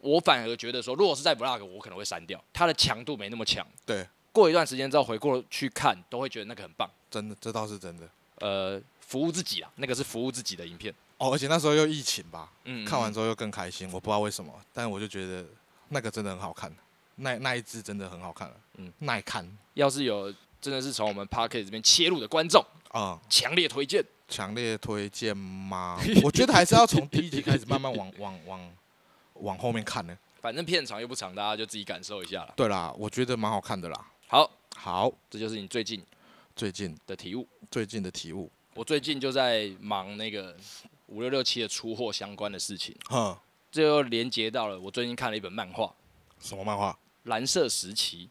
[SPEAKER 2] 我反而觉得说，如果是在 vlog，我可能会删掉，它的强度没那么强。
[SPEAKER 1] 对，
[SPEAKER 2] 过一段时间之后回过去看，都会觉得那个很棒。
[SPEAKER 1] 真的，这倒是真的。
[SPEAKER 2] 呃，服务自己啦，那个是服务自己的影片。
[SPEAKER 1] 哦，而且那时候又疫情吧，
[SPEAKER 2] 嗯，
[SPEAKER 1] 看完
[SPEAKER 2] 嗯
[SPEAKER 1] 之后又更开心，我不知道为什么，但我就觉得那个真的很好看，那那一支真的很好看了，
[SPEAKER 2] 嗯
[SPEAKER 1] 嗯，耐看。
[SPEAKER 2] 要是有真的是从我们 p a r k e t 这边切入的观众，
[SPEAKER 1] 啊、
[SPEAKER 2] 强烈推荐。
[SPEAKER 1] 强烈推荐吗？我觉得还是要从第一集开始慢慢往往往往后面看呢。
[SPEAKER 2] 反正片长又不长，大家就自己感受一下了。
[SPEAKER 1] 对啦，我觉得蛮好看的啦。
[SPEAKER 2] 好，
[SPEAKER 1] 好，
[SPEAKER 2] 这就是你最近
[SPEAKER 1] 最近
[SPEAKER 2] 的体悟。
[SPEAKER 1] 最近的体悟，
[SPEAKER 2] 我最近就在忙那个五六六七的出货相关的事情，
[SPEAKER 1] 哼，
[SPEAKER 2] 这又连接到了我最近看了一本漫画《
[SPEAKER 1] 什么漫画？
[SPEAKER 2] 蓝色时期》，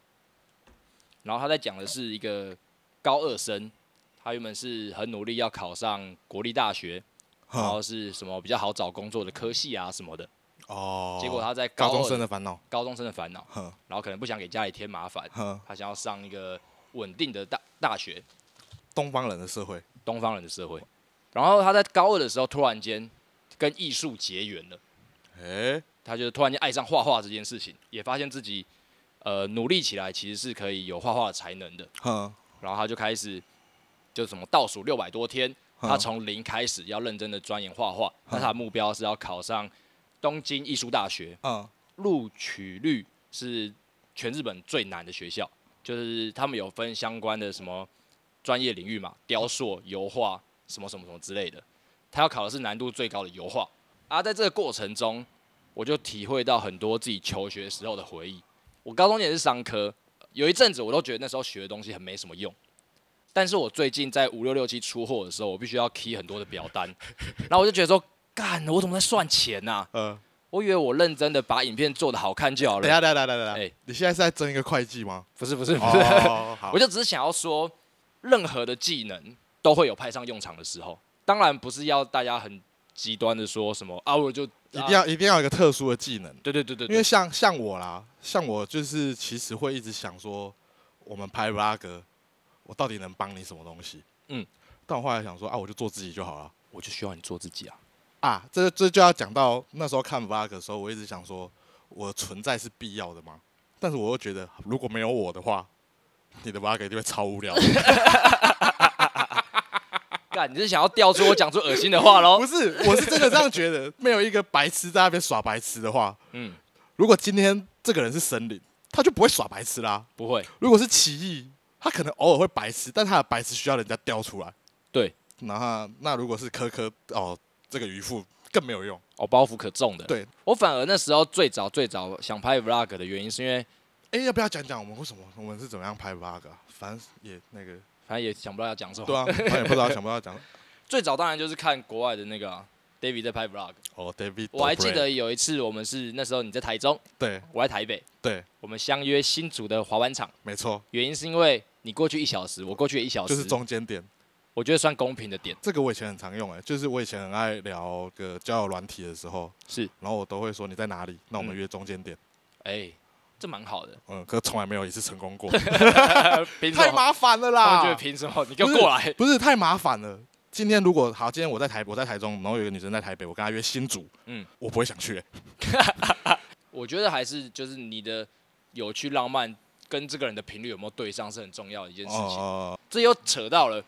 [SPEAKER 2] 然后他在讲的是一个高二生，他原本是很努力要考上国立大学，然
[SPEAKER 1] 哼
[SPEAKER 2] 后是什么比较好找工作的科系啊什么的，
[SPEAKER 1] 哦，
[SPEAKER 2] 结果他在高
[SPEAKER 1] 高
[SPEAKER 2] 二
[SPEAKER 1] 中生的烦恼，
[SPEAKER 2] 高中生的烦恼，
[SPEAKER 1] 哼
[SPEAKER 2] 然后可能不想给家里添麻烦，
[SPEAKER 1] 哼，
[SPEAKER 2] 他想要上一个稳定的大大学，
[SPEAKER 1] 东方人的社会，
[SPEAKER 2] 东方人的社会。然后他在高二的时候突然间跟艺术结缘了，
[SPEAKER 1] 诶、
[SPEAKER 2] 他就突然间爱上画画这件事情，也发现自己呃努力起来其实是可以有画画的才能的。
[SPEAKER 1] 哼，
[SPEAKER 2] 然后他就开始就什么倒数六百多天，
[SPEAKER 1] 哼
[SPEAKER 2] 他从零开始要认真的钻研画画，那他的目标是要考上东京艺术大学，
[SPEAKER 1] 嗯
[SPEAKER 2] 录取率是全日本最难的学校，就是他们有分相关的什么专业领域嘛，雕塑、油画什么什么什么之类的。他要考的是难度最高的油画啊，在这个过程中，我就体会到很多自己求学时候的回忆。我高中也是商科，有一阵子我都觉得那时候学的东西很没什么用。但是我最近在五六六七出货的时候，我必须要 key 很多的表单，然后我就觉得说，干，我怎么在算钱啊呐、
[SPEAKER 1] 呃，
[SPEAKER 2] 我以为我认真的把影片做的好看就好
[SPEAKER 1] 等一下
[SPEAKER 2] 了，
[SPEAKER 1] 等一下等一下等一
[SPEAKER 2] 哎
[SPEAKER 1] 下，你现在是在争一个会计吗？
[SPEAKER 2] 不是不是不是，
[SPEAKER 1] 哦，好
[SPEAKER 2] 我，就只是想要说，任何的技能都会有派上用场的时候，当然不是要大家很极端的说什么啊，我就啊
[SPEAKER 1] 一定、要一定要有一个特殊的技能，
[SPEAKER 2] 对对对对
[SPEAKER 1] 因为
[SPEAKER 2] 对，
[SPEAKER 1] 像像我啦，像我就是其实会一直想说，我们拍 vlog，我到底能帮你什么东西？
[SPEAKER 2] 嗯，
[SPEAKER 1] 但我后来想说啊，我就做自己就好了。
[SPEAKER 2] 我就需要你做自己啊，
[SPEAKER 1] 啊，这这就要讲到那时候看 vlog 的时候，我一直想说，我存在是必要的吗？但是我又觉得，如果没有我的话，你的 vlog 一定会超无聊的。
[SPEAKER 2] 干，你是想要吊住我讲出恶心的话喽
[SPEAKER 1] 不？是，我是真的这样觉得。没有一个白痴在那边耍白痴的话，
[SPEAKER 2] 嗯，
[SPEAKER 1] 如果今天这个人是神灵，他就不会耍白痴啦。
[SPEAKER 2] 不会，
[SPEAKER 1] 如果是奇异，他可能偶尔会白痴，但他的白痴需要人家调出来。
[SPEAKER 2] 对，
[SPEAKER 1] 然后那如果是科科哦，这个渔夫更没有用。
[SPEAKER 2] 哦，包袱可重的。
[SPEAKER 1] 对，
[SPEAKER 2] 我反而那时候最早最早想拍 vlog 的原因，是因为
[SPEAKER 1] 哎，要不要讲讲我们为什么我们是怎么样拍 vlog？、啊、反正也那个。
[SPEAKER 2] 反正也想不到要讲什么。
[SPEAKER 1] 对啊，我也不知道想不到讲。
[SPEAKER 2] 最早当然就是看国外的那个、啊、David 在拍 vlog，
[SPEAKER 1] 哦，David，
[SPEAKER 2] 我还记
[SPEAKER 1] Dobrik
[SPEAKER 2] 得有一次我们是那时候你在台中，
[SPEAKER 1] 对
[SPEAKER 2] 我在台北，
[SPEAKER 1] 对，
[SPEAKER 2] 我们相约新竹的滑板场，
[SPEAKER 1] 没错，
[SPEAKER 2] 原因是因为你过去一小时，我过去一小时，
[SPEAKER 1] 就是中间点。
[SPEAKER 2] 我觉得算公平的点。
[SPEAKER 1] 这个我以前很常用哎、就是我以前很爱聊个交友软体的时候，
[SPEAKER 2] 是，
[SPEAKER 1] 然后我都会说你在哪里，那我们
[SPEAKER 2] 嗯
[SPEAKER 1] 约中间点。
[SPEAKER 2] 哎、这蛮好 的。
[SPEAKER 1] 嗯，可从来没有一次成 功过，
[SPEAKER 2] 凭什
[SPEAKER 1] 太
[SPEAKER 2] 么？
[SPEAKER 1] 麻烦了
[SPEAKER 2] 他们觉得
[SPEAKER 1] 啦！
[SPEAKER 2] 凭什么？你给我过来。
[SPEAKER 1] 不是太麻烦了。今天如果好，今天我在台我在台中，然后有一个女生在台北，我跟她约新竹，
[SPEAKER 2] 嗯
[SPEAKER 1] 嗯，我不会想去、欸。
[SPEAKER 2] 我觉得还是就是你的有趣浪漫跟这个人的频率有没有对上是很重要的一件事情。
[SPEAKER 1] 哦
[SPEAKER 2] 这又扯到了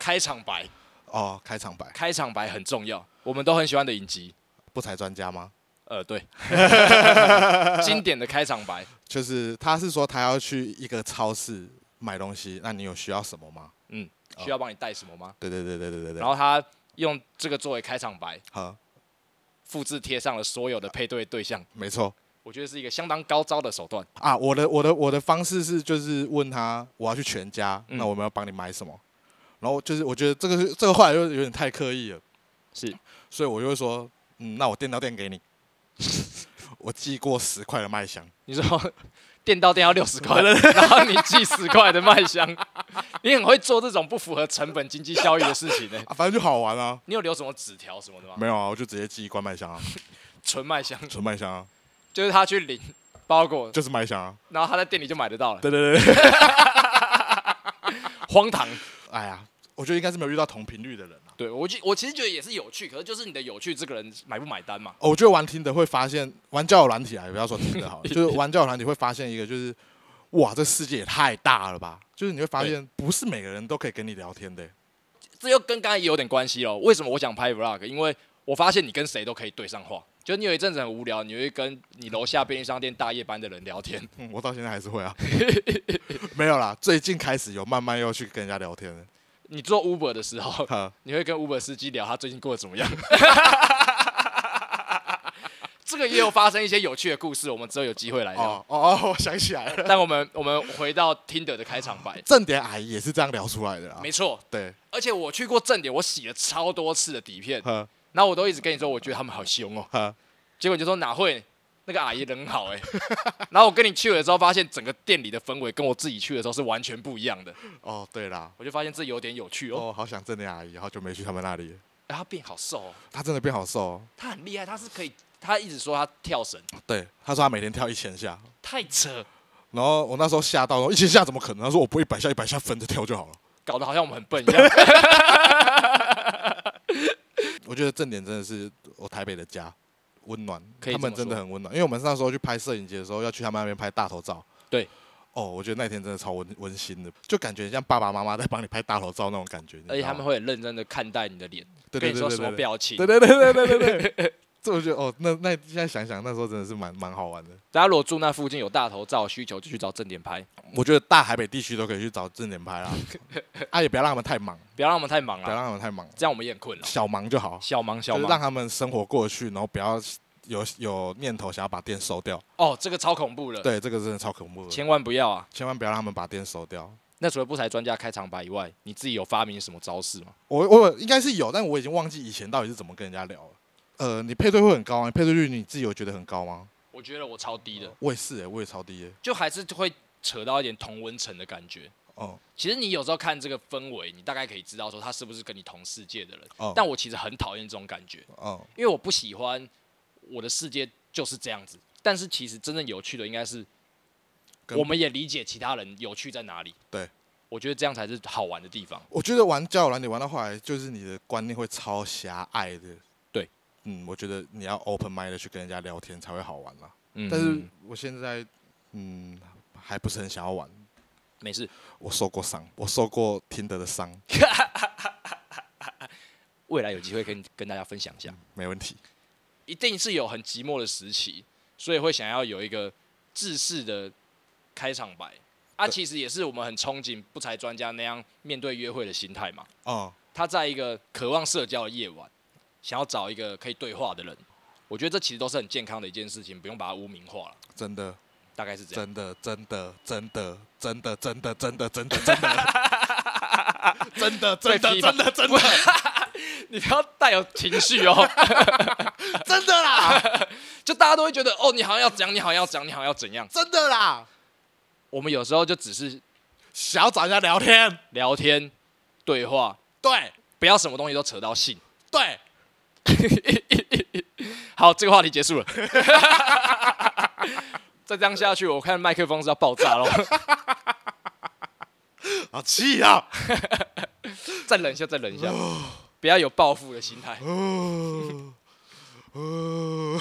[SPEAKER 2] 开场白，
[SPEAKER 1] 哦，开场白
[SPEAKER 2] 开场白很重要，我们都很喜欢的影集。
[SPEAKER 1] 不才专家吗？
[SPEAKER 2] 呃，对，经典的开场白。
[SPEAKER 1] 就是他是说他要去一个超市买东西，那你有需要什么吗？
[SPEAKER 2] 嗯，需要帮你带什么吗？
[SPEAKER 1] 对对对对对对对。
[SPEAKER 2] 然后他用这个作为开场白，
[SPEAKER 1] 好，
[SPEAKER 2] 复制贴上了所有的配对对象。
[SPEAKER 1] 没错
[SPEAKER 2] 我觉得是一个相当高招的手段。
[SPEAKER 1] 啊。我的我的我的方式是，就是问他我要去全家，
[SPEAKER 2] 嗯
[SPEAKER 1] 那我们要帮你买什么？然后就是我觉得这个是这个后来又有点太刻意了，
[SPEAKER 2] 是，
[SPEAKER 1] 所以我就会说，嗯，那我电到店给你， 我寄过十块的麦香，
[SPEAKER 2] 你说 电到电要六十块， 然后你寄十块的麦香，你很会做这种不符合成本经济效益的事情呢、
[SPEAKER 1] 啊，反正就好玩啊。
[SPEAKER 2] 你有留什么纸条什么的吗？
[SPEAKER 1] 没有啊，我就直接寄一罐麦香啊，
[SPEAKER 2] 纯麦香，
[SPEAKER 1] 纯麦香啊，
[SPEAKER 2] 就是他去领包裹，
[SPEAKER 1] 就是麦香啊。
[SPEAKER 2] 然后他在店里就买得到了，
[SPEAKER 1] 对对对对，
[SPEAKER 2] 荒唐。
[SPEAKER 1] 哎呀，我觉得应该是没有遇到同频率的人啊。
[SPEAKER 2] 对我就我其实觉得也是有趣，可是就是你的有趣，这个人买不买单嘛？
[SPEAKER 1] 哦我觉得玩听的会发现，玩交友软体啊，也不要说听的好了，就是玩交友软体会发现一个，就是哇，这世界也太大了吧！就是你会发现，不是每个人都可以跟你聊天的、
[SPEAKER 2] 这又跟刚才也有点关系哦。为什么我想拍 vlog？因为我发现你跟谁都可以对上话，就你有一阵子很无聊，你会跟你楼下便利商店大夜班的人聊天，
[SPEAKER 1] 嗯我到现在还是会啊。 没有啦，最近开始有慢慢又去跟人家聊天了。
[SPEAKER 2] 你做 Uber 的时候，
[SPEAKER 1] 哈
[SPEAKER 2] 你会跟 Uber 司机聊他最近过得怎么样。 这个也有发生一些有趣的故事，我们之后有机会来聊。
[SPEAKER 1] 哦哦哦，我想起来了，
[SPEAKER 2] 但我们我们回到 Tinder 的开场白，
[SPEAKER 1] 正点阿姨也是这样聊出来的啦。
[SPEAKER 2] 没错，
[SPEAKER 1] 对，
[SPEAKER 2] 而且我去过正点，我洗了超多次的底片，
[SPEAKER 1] 呵
[SPEAKER 2] 然后我都一直跟你说，我觉得他们好凶哦。
[SPEAKER 1] 呵，
[SPEAKER 2] 结果你就说哪会，那个阿姨人好哎、 然后我跟你去了之后，发现整个店里的氛围跟我自己去的时候是完全不一样的，
[SPEAKER 1] 哦对啦，
[SPEAKER 2] 我就发现这有点有趣哦。
[SPEAKER 1] 哦好想正点阿姨，好久没去他们那里了，
[SPEAKER 2] 哎，她变好瘦、哦，
[SPEAKER 1] 她真的变好瘦、哦。
[SPEAKER 2] 她很厉害，她是可以，她一直说她跳绳，
[SPEAKER 1] 对，她说她每天跳一千下，
[SPEAKER 2] 太扯，
[SPEAKER 1] 然后我那时候吓到，一千下怎么可能？她说我不一百下一百下分着跳就好了。
[SPEAKER 2] 搞得好像我们很笨 一样。
[SPEAKER 1] 我觉得正点真的是我台北的家，温暖，
[SPEAKER 2] 可以
[SPEAKER 1] 他们
[SPEAKER 2] 这么说
[SPEAKER 1] 真的很温暖。因为我们那时候去拍摄影节的时候，要去他们那边拍大头照。
[SPEAKER 2] 对。
[SPEAKER 1] 哦，我觉得那天真的超温温馨的，就感觉像爸爸妈妈在帮你拍大头照那种感觉。你知道
[SPEAKER 2] 而且他们
[SPEAKER 1] 吗
[SPEAKER 2] 会很认真的看待你的脸，
[SPEAKER 1] 对对
[SPEAKER 2] 跟你
[SPEAKER 1] 对
[SPEAKER 2] 说
[SPEAKER 1] 对
[SPEAKER 2] 什么
[SPEAKER 1] 对
[SPEAKER 2] 表情。
[SPEAKER 1] 对对对对对对对。这我觉得哦，那那现在想想，那时候真的是蛮蛮好玩的。
[SPEAKER 2] 大家如果住那附近有大头照需求，就去找正点拍，
[SPEAKER 1] 我觉得大台北地区都可以去找正点拍啦， 啊也不要让他们太忙，
[SPEAKER 2] 不要让他们太忙
[SPEAKER 1] 不要
[SPEAKER 2] 了，
[SPEAKER 1] 让他们太忙，
[SPEAKER 2] 这样我们也很困扰。
[SPEAKER 1] 小忙就好，
[SPEAKER 2] 小忙小
[SPEAKER 1] 就是啊让
[SPEAKER 2] 忙
[SPEAKER 1] 他们生活过得去，然后不要有有念头想要把店收掉。
[SPEAKER 2] 哦，这个超恐怖了，
[SPEAKER 1] 对，这个真的超恐怖的。
[SPEAKER 2] 千万不要啊！
[SPEAKER 1] 千万不要让他们把店收掉。
[SPEAKER 2] 那除了不才专家开场白以外，你自己有发明什么招式吗？
[SPEAKER 1] 我我应该是有，但我已经忘记以前到底是怎么跟人家聊了。呃，你配对会很高啊，你配对率你自己有觉得很高吗？
[SPEAKER 2] 我觉得我超低的，
[SPEAKER 1] 我也是哎、我也超低耶、
[SPEAKER 2] 就还是会扯到一点同温层的感觉。
[SPEAKER 1] 哦
[SPEAKER 2] 其实你有时候看这个氛围，你大概可以知道说他是不是跟你同世界的人。
[SPEAKER 1] 哦
[SPEAKER 2] 但我其实很讨厌这种感觉，
[SPEAKER 1] 哦
[SPEAKER 2] 因为我不喜欢我的世界就是这样子。但是其实真正有趣的应该是，
[SPEAKER 1] 跟
[SPEAKER 2] 我们也理解其他人有趣在哪里。
[SPEAKER 1] 对，
[SPEAKER 2] 我觉得这样才是好玩的地方。
[SPEAKER 1] 我觉得玩交友软体玩到后来，就是你的观念会超狭隘的。
[SPEAKER 2] 对，
[SPEAKER 1] 嗯，我觉得你要 open mind 的去跟人家聊天才会好玩啦。
[SPEAKER 2] 嗯
[SPEAKER 1] 但是我现在嗯还不是很想要玩，
[SPEAKER 2] 没事，
[SPEAKER 1] 我受过伤，我受过听得的伤，
[SPEAKER 2] 未来有机会跟跟大家分享一下。
[SPEAKER 1] 没问题。
[SPEAKER 2] 一定是有很寂寞的时期，所以会想要有一个制式的开场白。啊，其实也是我们很憧憬不才专家那样面对约会的心态嘛。
[SPEAKER 1] 哦、
[SPEAKER 2] 他在一个渴望社交的夜晚，想要找一个可以对话的人，我觉得这其实都是很健康的一件事情，不用把它污名化了。
[SPEAKER 1] 真的。
[SPEAKER 2] 大概是这样。
[SPEAKER 1] 真的，真的，真的，真的，真的，真的，真的，真的， 真的，真的，真的，真的，
[SPEAKER 2] 你不要带有情绪哦，
[SPEAKER 1] 真的啦，
[SPEAKER 2] 就大家都会觉得哦，你好像要怎样，你好像要怎样，你好像要怎样。
[SPEAKER 1] 真的啦，
[SPEAKER 2] 我们有时候就只是
[SPEAKER 1] 想要找人家聊天，
[SPEAKER 2] 聊天、对话，
[SPEAKER 1] 对
[SPEAKER 2] 不要什么东西都扯到性。
[SPEAKER 1] 对，
[SPEAKER 2] 好，这个话题结束了。 再这样下去，我看麦克风是要爆炸了。
[SPEAKER 1] 好气啊！
[SPEAKER 2] 再忍一下，再忍一下，不要有报复的心态。
[SPEAKER 1] 哦哦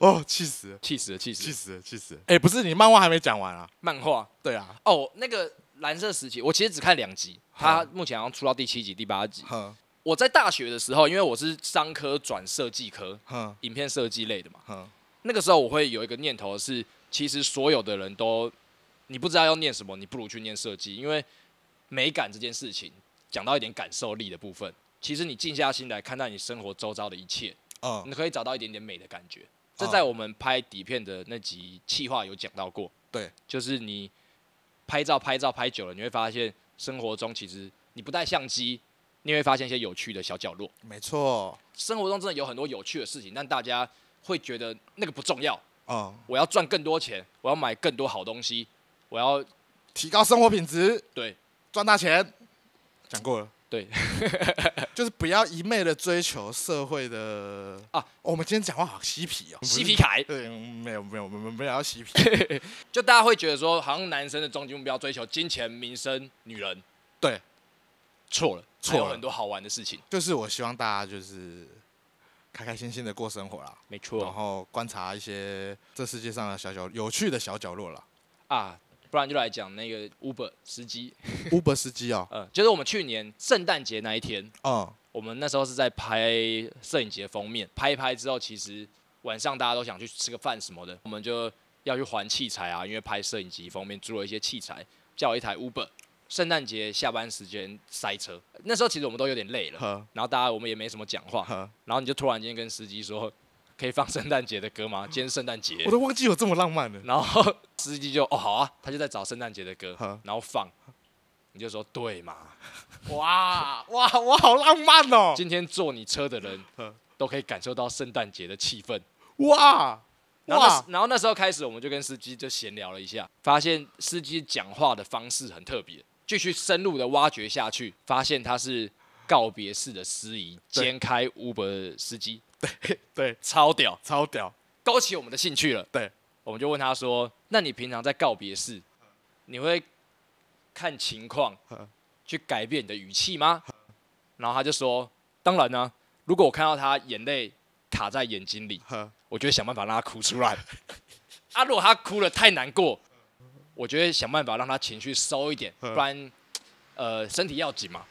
[SPEAKER 1] 哦，气死了，
[SPEAKER 2] 气死了，气死
[SPEAKER 1] 气
[SPEAKER 2] 了！
[SPEAKER 1] 死了，气死了！哎，不是，你漫画还没讲完啊？
[SPEAKER 2] 漫画
[SPEAKER 1] 对啊，
[SPEAKER 2] 哦，那个蓝色时期，我其实只看两集，它目前好像出到第七集、第八集。
[SPEAKER 1] 哼
[SPEAKER 2] 我在大学的时候，因为我是商科转设计科，
[SPEAKER 1] 哼
[SPEAKER 2] 影片设计类的嘛，
[SPEAKER 1] 哼，
[SPEAKER 2] 那个时候我会有一个念头是，其实所有的人都，你不知道要念什么，你不如去念设计，因为美感这件事情，讲到一点感受力的部分，其实你静下心来看待你生活周遭的一切，
[SPEAKER 1] 嗯，
[SPEAKER 2] 你可以找到一点点美的感觉。这
[SPEAKER 1] 嗯
[SPEAKER 2] 在我们拍底片的那集企划有讲到过，
[SPEAKER 1] 对，
[SPEAKER 2] 就是你拍照拍照拍久了，你会发现生活中其实你不带相机，你会发现一些有趣的小角落。
[SPEAKER 1] 没错，
[SPEAKER 2] 生活中真的有很多有趣的事情，但大家会觉得那个不重要，
[SPEAKER 1] 嗯，
[SPEAKER 2] 我要赚更多钱，我要买更多好东西，我要
[SPEAKER 1] 提高生活品质，
[SPEAKER 2] 对
[SPEAKER 1] 赚大钱，讲过了。
[SPEAKER 2] 对
[SPEAKER 1] 就是不要一昧的追求社会的
[SPEAKER 2] 啊
[SPEAKER 1] 啊、我们今天讲话好嬉皮哦，
[SPEAKER 2] 嬉皮凯，
[SPEAKER 1] 对，没有没有没有没有要嬉皮，
[SPEAKER 2] 就大家会觉得说，好像男生的终极目标追求金钱、名声、女人，
[SPEAKER 1] 对，
[SPEAKER 2] 错了，
[SPEAKER 1] 错了
[SPEAKER 2] 还有很多好玩的事情，
[SPEAKER 1] 就是我希望大家就是开开心心的过生活啦，
[SPEAKER 2] 没
[SPEAKER 1] 然后观察一些这世界上的小小有趣的小角落啦。
[SPEAKER 2] 啊。不然就来讲那个 Uber 司机，
[SPEAKER 1] Uber 司机哦，
[SPEAKER 2] 呃，就是我们去年圣诞节那一天，
[SPEAKER 1] 嗯，
[SPEAKER 2] 我们那时候是在拍摄影节封面，拍一拍之后，其实晚上大家都想去吃个饭什么的，我们就要去还器材啊，因为拍摄影集封面租了一些器材，叫了一台 Uber。圣诞节下班时间塞车，那时候其实我们都有点累了，
[SPEAKER 1] 呵
[SPEAKER 2] 然后大家我们也没什么讲话，
[SPEAKER 1] 呵，
[SPEAKER 2] 然后你就突然间跟司机说，可以放圣诞节的 歌吗？今天圣诞节
[SPEAKER 1] 我，都忘记有这么浪漫了。
[SPEAKER 2] 然后司机就哦好啊，他就在找圣诞节的歌
[SPEAKER 1] 呵，
[SPEAKER 2] 然后放，你就说对嘛，
[SPEAKER 1] 哇哇，我好嗯浪漫哦！
[SPEAKER 2] 今天坐你车的 人
[SPEAKER 1] 呵
[SPEAKER 2] 都可以感受到圣诞节的气氛。
[SPEAKER 1] 哇
[SPEAKER 2] 然后那
[SPEAKER 1] 哇
[SPEAKER 2] 时，然后那时候开始，我们就跟司机就闲聊了一下，发现司机讲话的方式很特别。继续深入的挖掘下去，发现他是告别式的司仪
[SPEAKER 1] 对
[SPEAKER 2] 兼开 Uber 司机，
[SPEAKER 1] 对，
[SPEAKER 2] 超屌，
[SPEAKER 1] 超屌！
[SPEAKER 2] 勾起我们的兴趣了。
[SPEAKER 1] 对，
[SPEAKER 2] 我们就问他说：“那你平常在告别式，你会看情况
[SPEAKER 1] 呵
[SPEAKER 2] 去改变你的语气吗？”
[SPEAKER 1] 嗯
[SPEAKER 2] 然后他就说：“当然呢、如果我看到他眼泪卡在眼睛里，
[SPEAKER 1] 呵，
[SPEAKER 2] 我就会想办法让他 哭出来。啊，如果他哭了太难过，我就会想办法让他情绪收一点，不
[SPEAKER 1] 嗯
[SPEAKER 2] 然呃身体要紧嘛。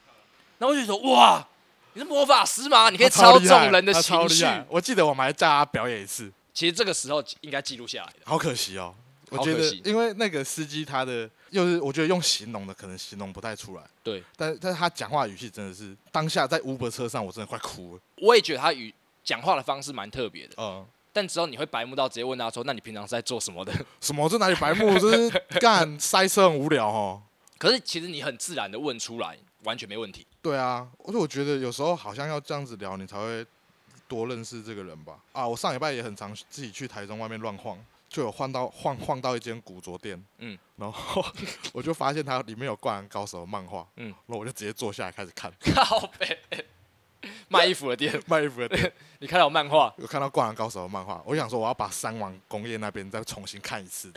[SPEAKER 2] 那我就说哇，你是魔法师吗？你可以操
[SPEAKER 1] 他超厉害
[SPEAKER 2] 纵人的
[SPEAKER 1] 他超
[SPEAKER 2] 情
[SPEAKER 1] 厉
[SPEAKER 2] 绪。
[SPEAKER 1] 害我记得我们还叫他表演一次，
[SPEAKER 2] 其实这个时候应该记录下来的。
[SPEAKER 1] 好可惜哦。我
[SPEAKER 2] 好
[SPEAKER 1] 觉
[SPEAKER 2] 可
[SPEAKER 1] 得
[SPEAKER 2] 惜，
[SPEAKER 1] 因为那个司机他的又是，我觉得用形容的可能形容不太出来，
[SPEAKER 2] 对，
[SPEAKER 1] 但但是他讲话语气真的是当下在 Uber 车上，我真的快哭了。
[SPEAKER 2] 我也觉得他语讲话的方式蛮特别的，
[SPEAKER 1] 嗯，
[SPEAKER 2] 但之后你会白目到直接问他说：“那你平常是在做什么的
[SPEAKER 1] 什么这哪里白目？这是干塞车很无聊哦。？”
[SPEAKER 2] 可是其实你很自然的问出来，完全没问题。
[SPEAKER 1] 对啊，而且我觉得有时候好像要这样子聊，你才会多认识这个人吧。啊，我上礼拜也很常自己去台中外面乱晃，就有晃到晃晃到一间古着店，
[SPEAKER 2] 嗯
[SPEAKER 1] 嗯，然后 我就发现它里面有《灌篮高手》的漫画，
[SPEAKER 2] 嗯
[SPEAKER 1] 嗯，然后我就直接坐下来开始看
[SPEAKER 2] 靠北，卖衣服的店，
[SPEAKER 1] 卖衣服的店，
[SPEAKER 2] 你看到有漫画，
[SPEAKER 1] 有看到《灌篮高手》的漫画，我想说我要把三王工业那边再重新看一次，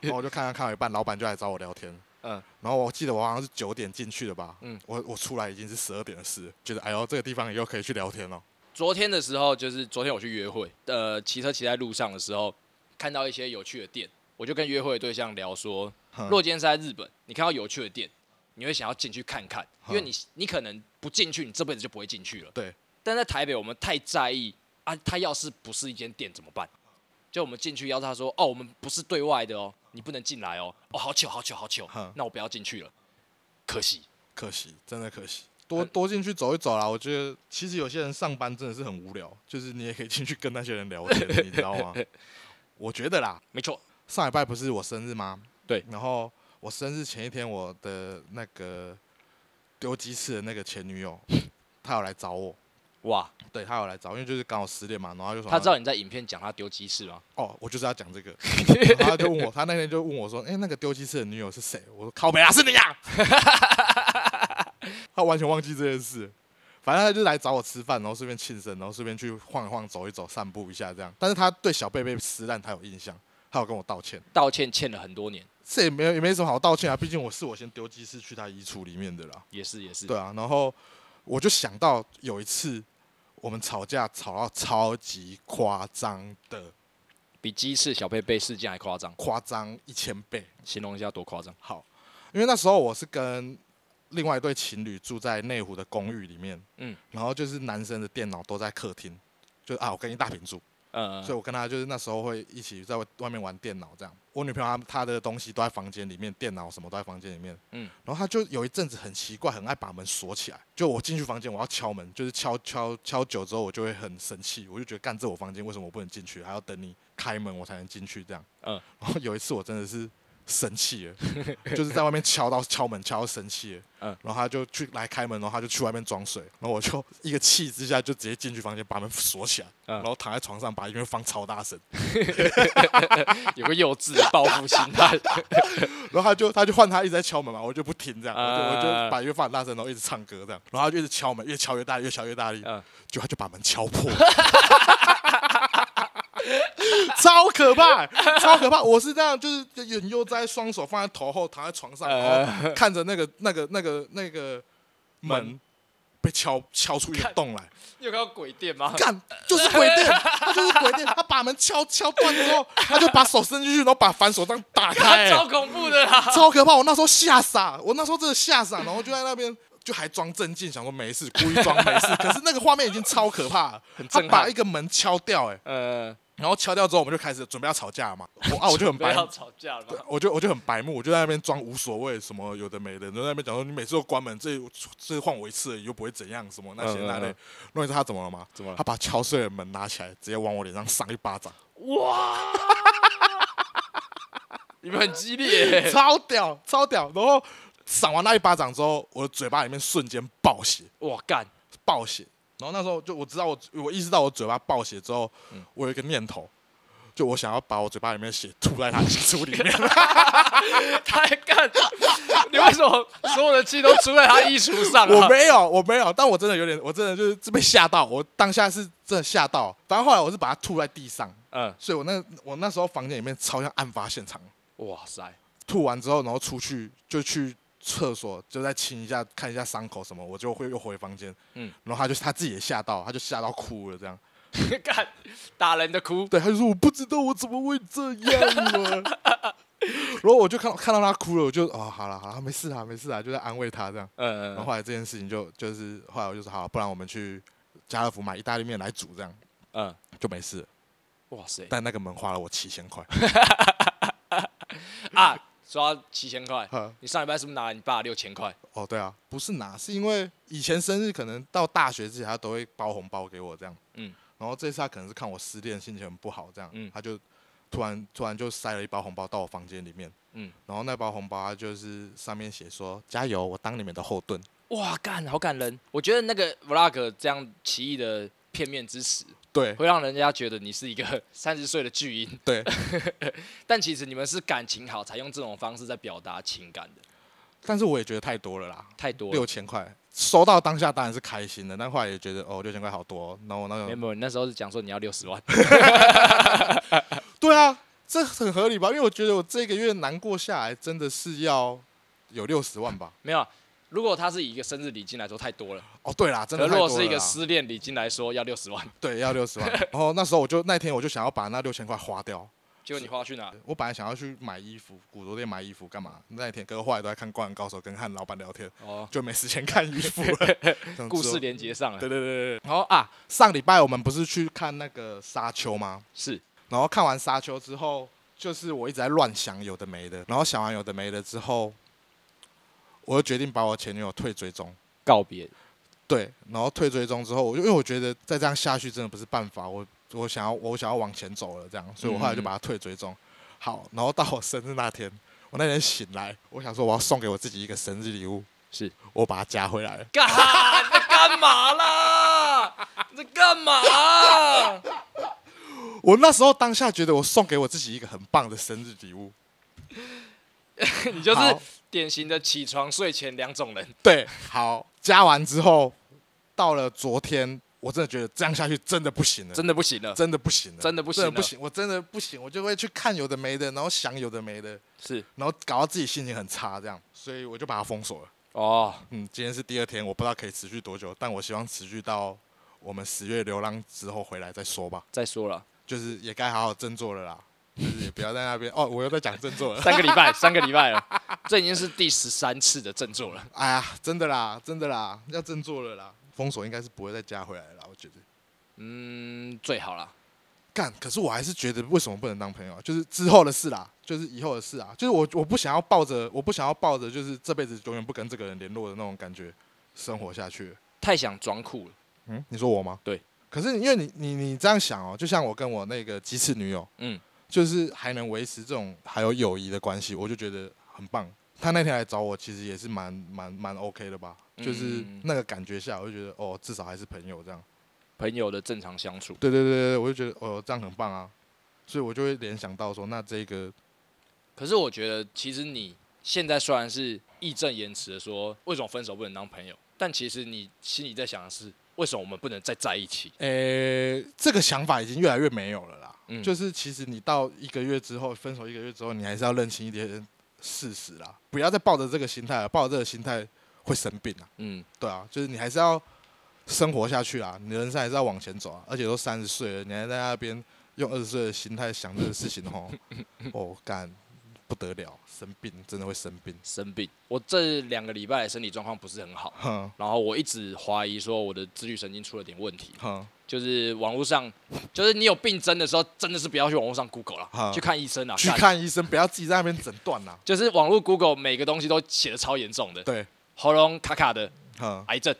[SPEAKER 1] 然后我就看看看到一半，老板就来找我聊天。
[SPEAKER 2] 嗯
[SPEAKER 1] 嗯，然后我记得我好像是九点进去的吧，
[SPEAKER 2] 嗯
[SPEAKER 1] 嗯，我我出来已经是十二点的事了，觉得哎呦这个地方又可以去聊 天了，
[SPEAKER 2] 昨天的时候，就是昨天我去约会，呃，骑车骑在路上的时候，看到一些有趣的店，我就跟约会的对象聊说，
[SPEAKER 1] 哼
[SPEAKER 2] 如果今天是在日本，你看到有趣的店，你会想要进去看看，因为
[SPEAKER 1] 哼
[SPEAKER 2] 你你可能不进去，你这辈子就不会进去了。
[SPEAKER 1] 对。
[SPEAKER 2] 但在台北，我们太在意啊，他要是不是一间店怎么办？就我们进去，要是他说哦，我们不是对外的哦，你不能进来哦，哦，好糗，好糗，好糗
[SPEAKER 1] 哼，
[SPEAKER 2] 那我不要进去了，可惜。
[SPEAKER 1] 可惜，真的可惜。多
[SPEAKER 2] 嗯
[SPEAKER 1] 多进去走一走啦，我觉得其实有些人上班真的是很无聊，就是你也可以进去跟那些人聊天，你知道 吗？我觉得啦，
[SPEAKER 2] 没错，
[SPEAKER 1] 上礼拜不是我生日吗？
[SPEAKER 2] 对
[SPEAKER 1] 然后我生日前一天，我的那个丢鸡翅的那个前女 友，她有来找我，
[SPEAKER 2] 哇，
[SPEAKER 1] 对她有来找我，因为就是刚好失恋嘛，然后她就说
[SPEAKER 2] 他知道你在影片讲他丢鸡翅吗？
[SPEAKER 1] 哦，我就是要讲这个，然后他就问我，他那天就问我说，哎、那个丢鸡翅的女友是谁？我说靠北啊，是你啊！ 他完全忘记这件事，反正他就来找我吃饭，然后顺便庆生，然后顺便去晃一晃、走一走、散步一下这样。但是他对小贝贝撕烂，他有印象，他有跟我道歉，
[SPEAKER 2] 道歉欠了很多年，
[SPEAKER 1] 这也没有也没什么好道歉啊，毕竟我是我先丢鸡翅去他衣橱里面的啦。
[SPEAKER 2] 也是也是。
[SPEAKER 1] 对啊，然后我就想到有一次我们吵架吵到超级夸张的，
[SPEAKER 2] 比鸡翅小贝贝事件还夸张，
[SPEAKER 1] 夸张一千倍。
[SPEAKER 2] 形容一下多夸张。
[SPEAKER 1] 好，因为那时候我是跟另外一对情侣住在内湖的公寓里面，
[SPEAKER 2] 嗯
[SPEAKER 1] 嗯，然后就是男生的电脑都在客厅，就啊，我跟一大平住，
[SPEAKER 2] 呃
[SPEAKER 1] 所以我跟他就是那时候会一起在外面玩电脑这样。我女朋友她她的东西都在房间里面，电脑什么都在房间里面，
[SPEAKER 2] 嗯
[SPEAKER 1] 嗯，然后她就有一阵子很奇怪，很爱把门锁起来。就我进去房间，我要敲门，就是敲敲敲久之后，我就会很生气，我就觉得干这我房间为什么我不能进去，还要等你开门我才能进去这样。
[SPEAKER 2] 嗯
[SPEAKER 1] 嗯，然后有一次我真的是生气了，就是在外面敲到敲门敲到生气了，
[SPEAKER 2] 嗯
[SPEAKER 1] 嗯，然后他就去来开门，然后他就去外面装水，然后我就一个气之下就直接进去房间把门锁起来，
[SPEAKER 2] 嗯
[SPEAKER 1] 然后躺在床上把音乐放超大声，
[SPEAKER 2] 呃有个幼稚的报复心 态，
[SPEAKER 1] 然后他就他就换他一直在敲门嘛，我就不停这样，我就我
[SPEAKER 2] 嗯
[SPEAKER 1] 就把音乐放很大声，然后一直唱歌这样，然后他就一直敲门，越敲越大力，越敲越大力，
[SPEAKER 2] 嗯
[SPEAKER 1] 就他就把门敲破。超可怕，超可怕！我是这样，就是眼悠哉，双手放在头后，躺在床上，然后看着那个、那个、那个、那个门
[SPEAKER 2] 门，
[SPEAKER 1] 被敲敲出一个洞来，
[SPEAKER 2] 你有看到鬼店吗？
[SPEAKER 1] 干就是鬼店，他就是鬼店，他把门敲敲断之后，他就把手伸进去，然后把反手这样打开、
[SPEAKER 2] 超恐怖的啦！
[SPEAKER 1] 超可怕！我那时候吓傻，我那时候真的吓傻，然后就在那边就还装镇静，想说没事，故意装没 事。可是那个画面已经超可怕了，
[SPEAKER 2] 很
[SPEAKER 1] 他
[SPEAKER 2] 震撼
[SPEAKER 1] 把一个门敲掉、哎，
[SPEAKER 2] 呃，
[SPEAKER 1] 然后敲掉之后，我们就开始准备要吵架了嘛。我啊，我就很
[SPEAKER 2] 不
[SPEAKER 1] 白
[SPEAKER 2] 要
[SPEAKER 1] 目，
[SPEAKER 2] 吵架了
[SPEAKER 1] 对
[SPEAKER 2] 嘛。
[SPEAKER 1] 我就我就很白目，我就在那边装无所谓，什么有的没的，就在那边讲说你每次都关门，这这换我一次而已又不会怎样，什么那些
[SPEAKER 2] 嗯嗯
[SPEAKER 1] 那类
[SPEAKER 2] 嗯。
[SPEAKER 1] 那你知道他怎么了吗？
[SPEAKER 2] 怎么了
[SPEAKER 1] 他把敲碎的门拿起来，直接往我脸上赏一巴掌，
[SPEAKER 2] 哇！你们很激烈、欸，
[SPEAKER 1] 超屌超屌。然后赏完那一巴掌之后，我的嘴巴里面瞬间爆血。
[SPEAKER 2] 哇干！
[SPEAKER 1] 爆血。然后那时候就我知道我我意识到我嘴巴爆血之后，
[SPEAKER 2] 嗯
[SPEAKER 1] 我有一个念头，就我想要把我嘴巴里面的血吐在他 衣橱里面。
[SPEAKER 2] 太干！你为什么所有的气都出在他衣橱上
[SPEAKER 1] 我
[SPEAKER 2] 啊？
[SPEAKER 1] 没有，我没有，但我真的有点，我真的就是被吓到，我当下是真的吓到。反正后来我是把它吐在地上，
[SPEAKER 2] 嗯，
[SPEAKER 1] 所以我那我那时候房间里面超像案发现场。
[SPEAKER 2] 哇塞，
[SPEAKER 1] 吐完之后，然后出去就去厕所，就再清一下看一下伤口什么，我就会又回房间。
[SPEAKER 2] 嗯
[SPEAKER 1] 然后他就他自己也吓到，他就吓到哭了这样。
[SPEAKER 2] 干！打人的哭，
[SPEAKER 1] 对，他就说我不知道我怎么会这样啊。然后我就看到看到他哭了，我就哦，好了好了，没事啊，没事啊，就在安慰他这样。
[SPEAKER 2] 嗯
[SPEAKER 1] 然后后来这件事情就就是后来我就说好，不然我们去家乐福买意大利面来煮，这样
[SPEAKER 2] 嗯，
[SPEAKER 1] 就没事了。
[SPEAKER 2] 哇塞
[SPEAKER 1] 但那个门花了我七千块，
[SPEAKER 2] 啊！说到七千块
[SPEAKER 1] 嗯，
[SPEAKER 2] 你上礼拜是不是拿了你爸六千块？
[SPEAKER 1] 哦对啊，不是拿，是因为以前生日可能到大学之前他都会包红包给我这样，
[SPEAKER 2] 嗯
[SPEAKER 1] 然后这次他可能是看我失恋心情很不好这样，
[SPEAKER 2] 嗯
[SPEAKER 1] 他就突然突然就塞了一包红包到我房间里面，
[SPEAKER 2] 嗯，
[SPEAKER 1] 然后那包红包它就是上面写说加油，我当你们的后盾。
[SPEAKER 2] 哇干，好感人！我觉得那个 vlog 这样奇异的片面之词，
[SPEAKER 1] 对
[SPEAKER 2] 会让人家觉得你是一个 三十岁的巨婴，
[SPEAKER 1] 对，
[SPEAKER 2] 但其实你们是感情好才用这种方式在表达情感的，
[SPEAKER 1] 但是我也觉得太多了啦，
[SPEAKER 2] 太多
[SPEAKER 1] 六
[SPEAKER 2] 了。
[SPEAKER 1] 千块收到当下当然是开心的，但后来也觉得哦六千块好多哦，然后我那
[SPEAKER 2] 没有
[SPEAKER 1] 个
[SPEAKER 2] 没有，那时候是讲说你要六十万，
[SPEAKER 1] 对啊，这很合理吧？因为我觉得我这个月难过下来真的是要有六十万吧。
[SPEAKER 2] 没有啊。如果他是以一个生日礼金来说太多了，
[SPEAKER 1] 哦对啦，真
[SPEAKER 2] 可
[SPEAKER 1] 的
[SPEAKER 2] 如
[SPEAKER 1] 太多
[SPEAKER 2] 果
[SPEAKER 1] 了
[SPEAKER 2] 是一个
[SPEAKER 1] 啦
[SPEAKER 2] 失恋礼金来说要六十万，
[SPEAKER 1] 对要六十万， 然后那时候我就那天我就想要把那六千块花掉，
[SPEAKER 2] 结果你花去哪？
[SPEAKER 1] 我本来想要去买衣服，古着店买衣服干嘛？那一天哥后来都在看《灌篮高手》跟和老板聊天，
[SPEAKER 2] 哦，
[SPEAKER 1] 就没时间看衣服了。 这样
[SPEAKER 2] 故
[SPEAKER 1] 之后
[SPEAKER 2] 事连接上
[SPEAKER 1] 嗯哦
[SPEAKER 2] 了，
[SPEAKER 1] 对
[SPEAKER 2] 哦
[SPEAKER 1] 对对对。然后啊，上礼拜我们不是去看那个《沙丘》吗？
[SPEAKER 2] 是
[SPEAKER 1] 然后看完《沙丘》之后，就是我一直在乱想有的没的，然后想完有的没的之后，我就决定把我前女友退追踪。
[SPEAKER 2] 告别。
[SPEAKER 1] 对，然后退追踪之后，我就因为我觉得再这样下去真的不是办法，我我想要我想要往前走了，这样，所以我后来就把它退追踪。好，然后到我生日那天，我那天醒来，我想说我要送给我自己一个生日礼物，
[SPEAKER 2] 是
[SPEAKER 1] 我把它加回来了。
[SPEAKER 2] 干，你在干嘛啦？你在干嘛？
[SPEAKER 1] 我那时候当下觉得我送给我自己一个很棒的生日礼物，
[SPEAKER 2] 你就是
[SPEAKER 1] 好
[SPEAKER 2] 典型的起床睡前两种人。
[SPEAKER 1] 对，好，加完之后，到了昨天，我真的觉得这样下去真的不行了，
[SPEAKER 2] 真的不行了，
[SPEAKER 1] 真的不行了，
[SPEAKER 2] 真的不行了
[SPEAKER 1] 真的不行，我真的不行，我就会去看有的没的，然后想有的没的，
[SPEAKER 2] 是
[SPEAKER 1] 然后搞到自己心情很差这样，所以我就把它封锁了。
[SPEAKER 2] 哦，
[SPEAKER 1] 嗯，今天是第二天，我不知道可以持续多久，但我希望持续到我们十月流浪之后回来再说吧。
[SPEAKER 2] 再说了，
[SPEAKER 1] 就是也该好好振作了啦，就是也不要在那边 哦，我又在讲振作了。
[SPEAKER 2] 三个礼 拜，三个礼拜了，这已经是第十三次的振作了。
[SPEAKER 1] 哎呀，真的啦，真的啦，要振作了啦。封锁应该是不会再加回来了啦，我觉得。
[SPEAKER 2] 嗯，最好啦。
[SPEAKER 1] 干，可是我还是觉得为什么不能当朋友啊？就是之后的事啦，就是以后的事啊，就是我我不想要抱着，我不想要抱着，就是这辈子永远不跟这个人联络的那种感觉生活下去。
[SPEAKER 2] 太想装酷了，
[SPEAKER 1] 嗯，你说我吗？
[SPEAKER 2] 对。
[SPEAKER 1] 可是因为你你你这样想哦，就像我跟我那个鸡翅女友，
[SPEAKER 2] 嗯，
[SPEAKER 1] 就是还能维持这种还有友谊的关系，我就觉得很棒。她那天来找我，其实也是蛮蛮蛮 OK 的吧，就是
[SPEAKER 2] 嗯
[SPEAKER 1] 那个感觉下，我就觉得哦，至少还是朋友这样。
[SPEAKER 2] 朋友的正常相处。
[SPEAKER 1] 对对对对，我就觉得哦，这样很棒啊，所以我就会联想到说，那这个
[SPEAKER 2] 可是我觉得，其实你现在虽然是义正言辞的说为什么分手不能当朋友，但其实你心里在想的是为什么我们不能再在一起？
[SPEAKER 1] 呃、这个想法已经越来越没有了啦。
[SPEAKER 2] 嗯
[SPEAKER 1] 就是其实你到一个月之后，分手一个月之后，你还是要认清一点事实啦，不要再抱着这个心态了。抱着这个心态，会生病啊。
[SPEAKER 2] 嗯，
[SPEAKER 1] 对啊，就是你还是要生活下去啊，你的人生还是要往前走啊。而且都三十岁了，你还在那边用二十岁的心态想这个事情吼，哦，干不得了，生病真的会生病。
[SPEAKER 2] 生病，我这两个礼拜身体状况不是很好，
[SPEAKER 1] 哼
[SPEAKER 2] 然后我一直怀疑说我的自律神经出了点问题，
[SPEAKER 1] 哼，
[SPEAKER 2] 就是网络上， 就是你有病症的时候，真的是不要去网络上 Google
[SPEAKER 1] 啊
[SPEAKER 2] 了，去看医生啊，
[SPEAKER 1] 去
[SPEAKER 2] 干
[SPEAKER 1] 看医生，不要自己在那边诊断啊啦。
[SPEAKER 2] 就是网络 Google 每个东西都写的超严重的，
[SPEAKER 1] 对，
[SPEAKER 2] 喉咙卡卡的，
[SPEAKER 1] 哼，
[SPEAKER 2] 癌 症，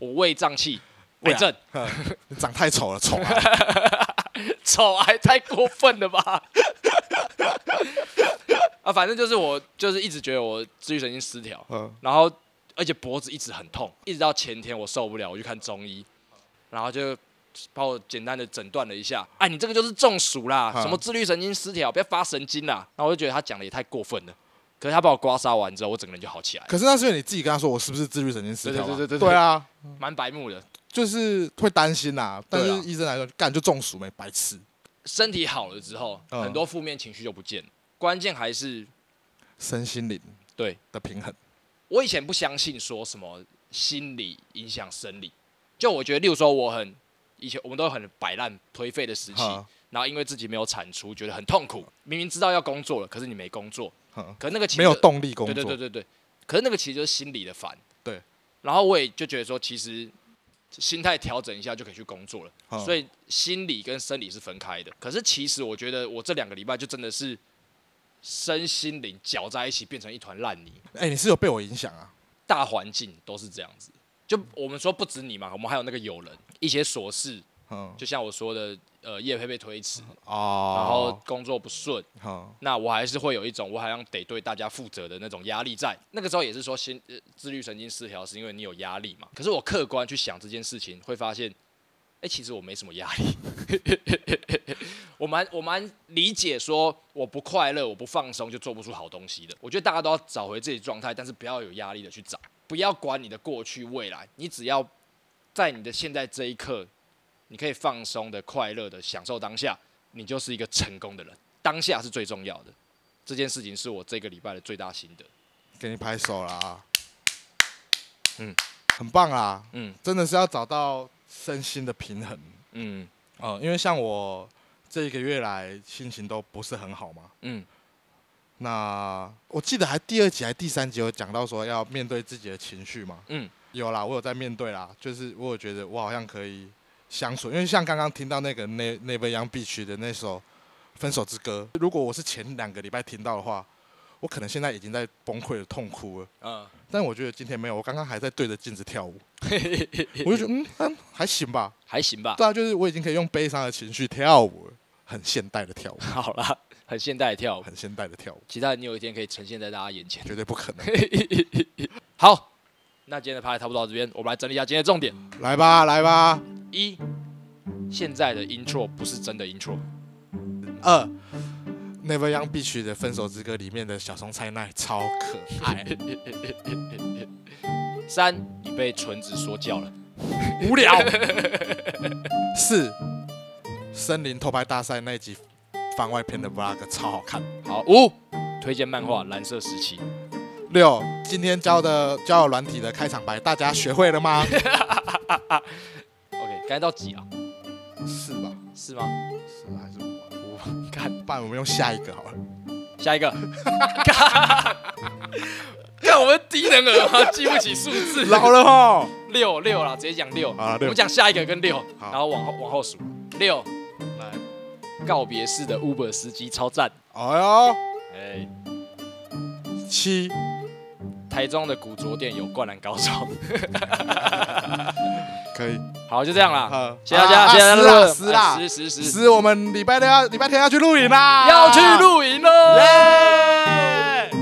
[SPEAKER 2] 我胃胀气，
[SPEAKER 1] 胃
[SPEAKER 2] 癌
[SPEAKER 1] 啊
[SPEAKER 2] 症，
[SPEAKER 1] 哼 你长太丑了，丑 啊！
[SPEAKER 2] 丑癌太过分 了吧？啊，反正就是我就是一直觉得我自律神经失调，
[SPEAKER 1] 嗯
[SPEAKER 2] 然后而且脖子一直很痛，一直到前天我受不了，我去看中医，然后就把我简单的诊断了一下，哎，你这个就是中暑啦，
[SPEAKER 1] 嗯
[SPEAKER 2] 什么自律神经失调，不要发神经啦。然后我就觉得他讲的也太过分了，可是他把我刮痧完之后，我整个人就好起来了，
[SPEAKER 1] 可是那是因为你自己跟他说我是不是自律神经失调啊？
[SPEAKER 2] 对对对对对
[SPEAKER 1] 对啊，
[SPEAKER 2] 蛮白目的，
[SPEAKER 1] 就是会担心啦。但
[SPEAKER 2] 对啊
[SPEAKER 1] 是医生来说，干就中暑没白痴，
[SPEAKER 2] 身体好了之后，
[SPEAKER 1] 嗯
[SPEAKER 2] 很多负面情绪就不见了，关键还是
[SPEAKER 1] 身心灵
[SPEAKER 2] 对
[SPEAKER 1] 的平衡。
[SPEAKER 2] 我以前不相信说什么心理影响生理，就我觉得，例如说我很以前我们都很摆烂颓废的时期，
[SPEAKER 1] 哈
[SPEAKER 2] 然后因为自己没有产出，觉得很痛苦，明明知道要工作了，可是你没工作，
[SPEAKER 1] 哼，
[SPEAKER 2] 可是那个其实
[SPEAKER 1] 没有动力工作。
[SPEAKER 2] 对对对对对，可是那个其实就是心理的烦。
[SPEAKER 1] 对，然
[SPEAKER 2] 然后我也就觉得说，其实心态调整一下就可以去工作了，
[SPEAKER 1] 嗯
[SPEAKER 2] 所以心理跟生理是分开的。可是其实我觉得我这两个礼拜就真的是身心灵搅在一起，变成一团烂泥。
[SPEAKER 1] 哎、你是有被我影响啊？
[SPEAKER 2] 大环境都是这样子。就我们说不止你嘛，我们还有那个友人，一些琐事，
[SPEAKER 1] 嗯，
[SPEAKER 2] 就像我说的，呃，业配被推迟，
[SPEAKER 1] 哦，
[SPEAKER 2] 然后工作不顺，
[SPEAKER 1] 好，
[SPEAKER 2] 那我还是会有一种我好像得对大家负责的那种压力在。那个时候也是说心、呃、自律神经失调，是因为你有压力嘛。可是我客观去想这件事情，会发现，哎、其实我没什么压力。 我蛮我蛮理解，说我不快乐，我不放松，就做不出好东西的。我觉得大家都要找回自己状态，但是不要有压力的去找，不要管你的过去、未来，你只要在你的现在这一刻，你可以放松的、快乐的享受当下，你就是一个成功的人。当下是最重要的。这件事情是我这个礼拜的最大心得。
[SPEAKER 1] 给你拍手啦。
[SPEAKER 2] 嗯，
[SPEAKER 1] 很棒啊，
[SPEAKER 2] 嗯
[SPEAKER 1] 真的是要找到身心的平衡。
[SPEAKER 2] 嗯
[SPEAKER 1] 呃，因为像我这一个月来心情都不是很好嘛。
[SPEAKER 2] 嗯，
[SPEAKER 1] 那我记得还第二集还第三集有讲到说要面对自己的情绪嘛。
[SPEAKER 2] 嗯，
[SPEAKER 1] 有啦，我有在面对啦，就是我有觉得我好像可以相处，因为像刚刚听到那个那那边央必曲的那首《分手之歌》，如果我是前两个礼拜听到的话，我可能现在已经在崩溃的痛哭了。
[SPEAKER 2] 嗯，
[SPEAKER 1] 但我觉得今天没有，我刚刚还在对着镜子跳舞，我就觉得嗯嗯还行吧。
[SPEAKER 2] 还行吧。
[SPEAKER 1] 对啊，就是我已经可以用悲伤的情绪跳舞了，很现代的跳舞，
[SPEAKER 2] 好啦，很现代的跳舞，
[SPEAKER 1] 很现代的跳舞，
[SPEAKER 2] 期待你有一天可以呈现在大家眼前。
[SPEAKER 1] 绝对不可能。
[SPEAKER 2] 好，那今天的趴差不多到这边，我们来整理一下今天的重点：
[SPEAKER 1] 来吧，来吧。
[SPEAKER 2] 一，现在的 intro 不是真的 intro；
[SPEAKER 1] 二，Never Young 必须的《分手之歌》里面的小松菜奈超可爱，
[SPEAKER 2] 三，你被纯子说教了；
[SPEAKER 1] 无聊。四，森林偷拍大赛那一集番外篇的 vlog 超好看。
[SPEAKER 2] 好，五，推荐漫画《蓝色时期》。
[SPEAKER 1] 六，今天教的教软体的开场白，大家学会了吗？
[SPEAKER 2] OK，刚才到几啊？
[SPEAKER 1] 是吧？
[SPEAKER 2] 是吗？
[SPEAKER 1] 是吧还是五啊？
[SPEAKER 2] 五，看
[SPEAKER 1] 不然我们用下一个好了。
[SPEAKER 2] 下一个，看我们低能儿吗？记不起数字，
[SPEAKER 1] 老了吼，
[SPEAKER 2] 六六啦，直接讲六。
[SPEAKER 1] 好啦
[SPEAKER 2] 我
[SPEAKER 1] 六
[SPEAKER 2] 们讲下一个跟六，
[SPEAKER 1] 好
[SPEAKER 2] 然后往后往后数六。来，告别式的 Uber 司机超赞。
[SPEAKER 1] 哎
[SPEAKER 2] 哎，
[SPEAKER 1] 呦，七，
[SPEAKER 2] 台中的古着店有灌篮高手。
[SPEAKER 1] 可以。
[SPEAKER 2] 好，就这样啦。
[SPEAKER 1] 好，
[SPEAKER 2] 谢谢大家，谢谢大家
[SPEAKER 1] 啊
[SPEAKER 2] 的
[SPEAKER 1] 十啦，
[SPEAKER 2] 哎
[SPEAKER 1] 十啦，
[SPEAKER 2] 十十十，
[SPEAKER 1] 十，我们礼拜六要礼拜天要去露营啦，
[SPEAKER 2] 要去露营喽。
[SPEAKER 1] 耶。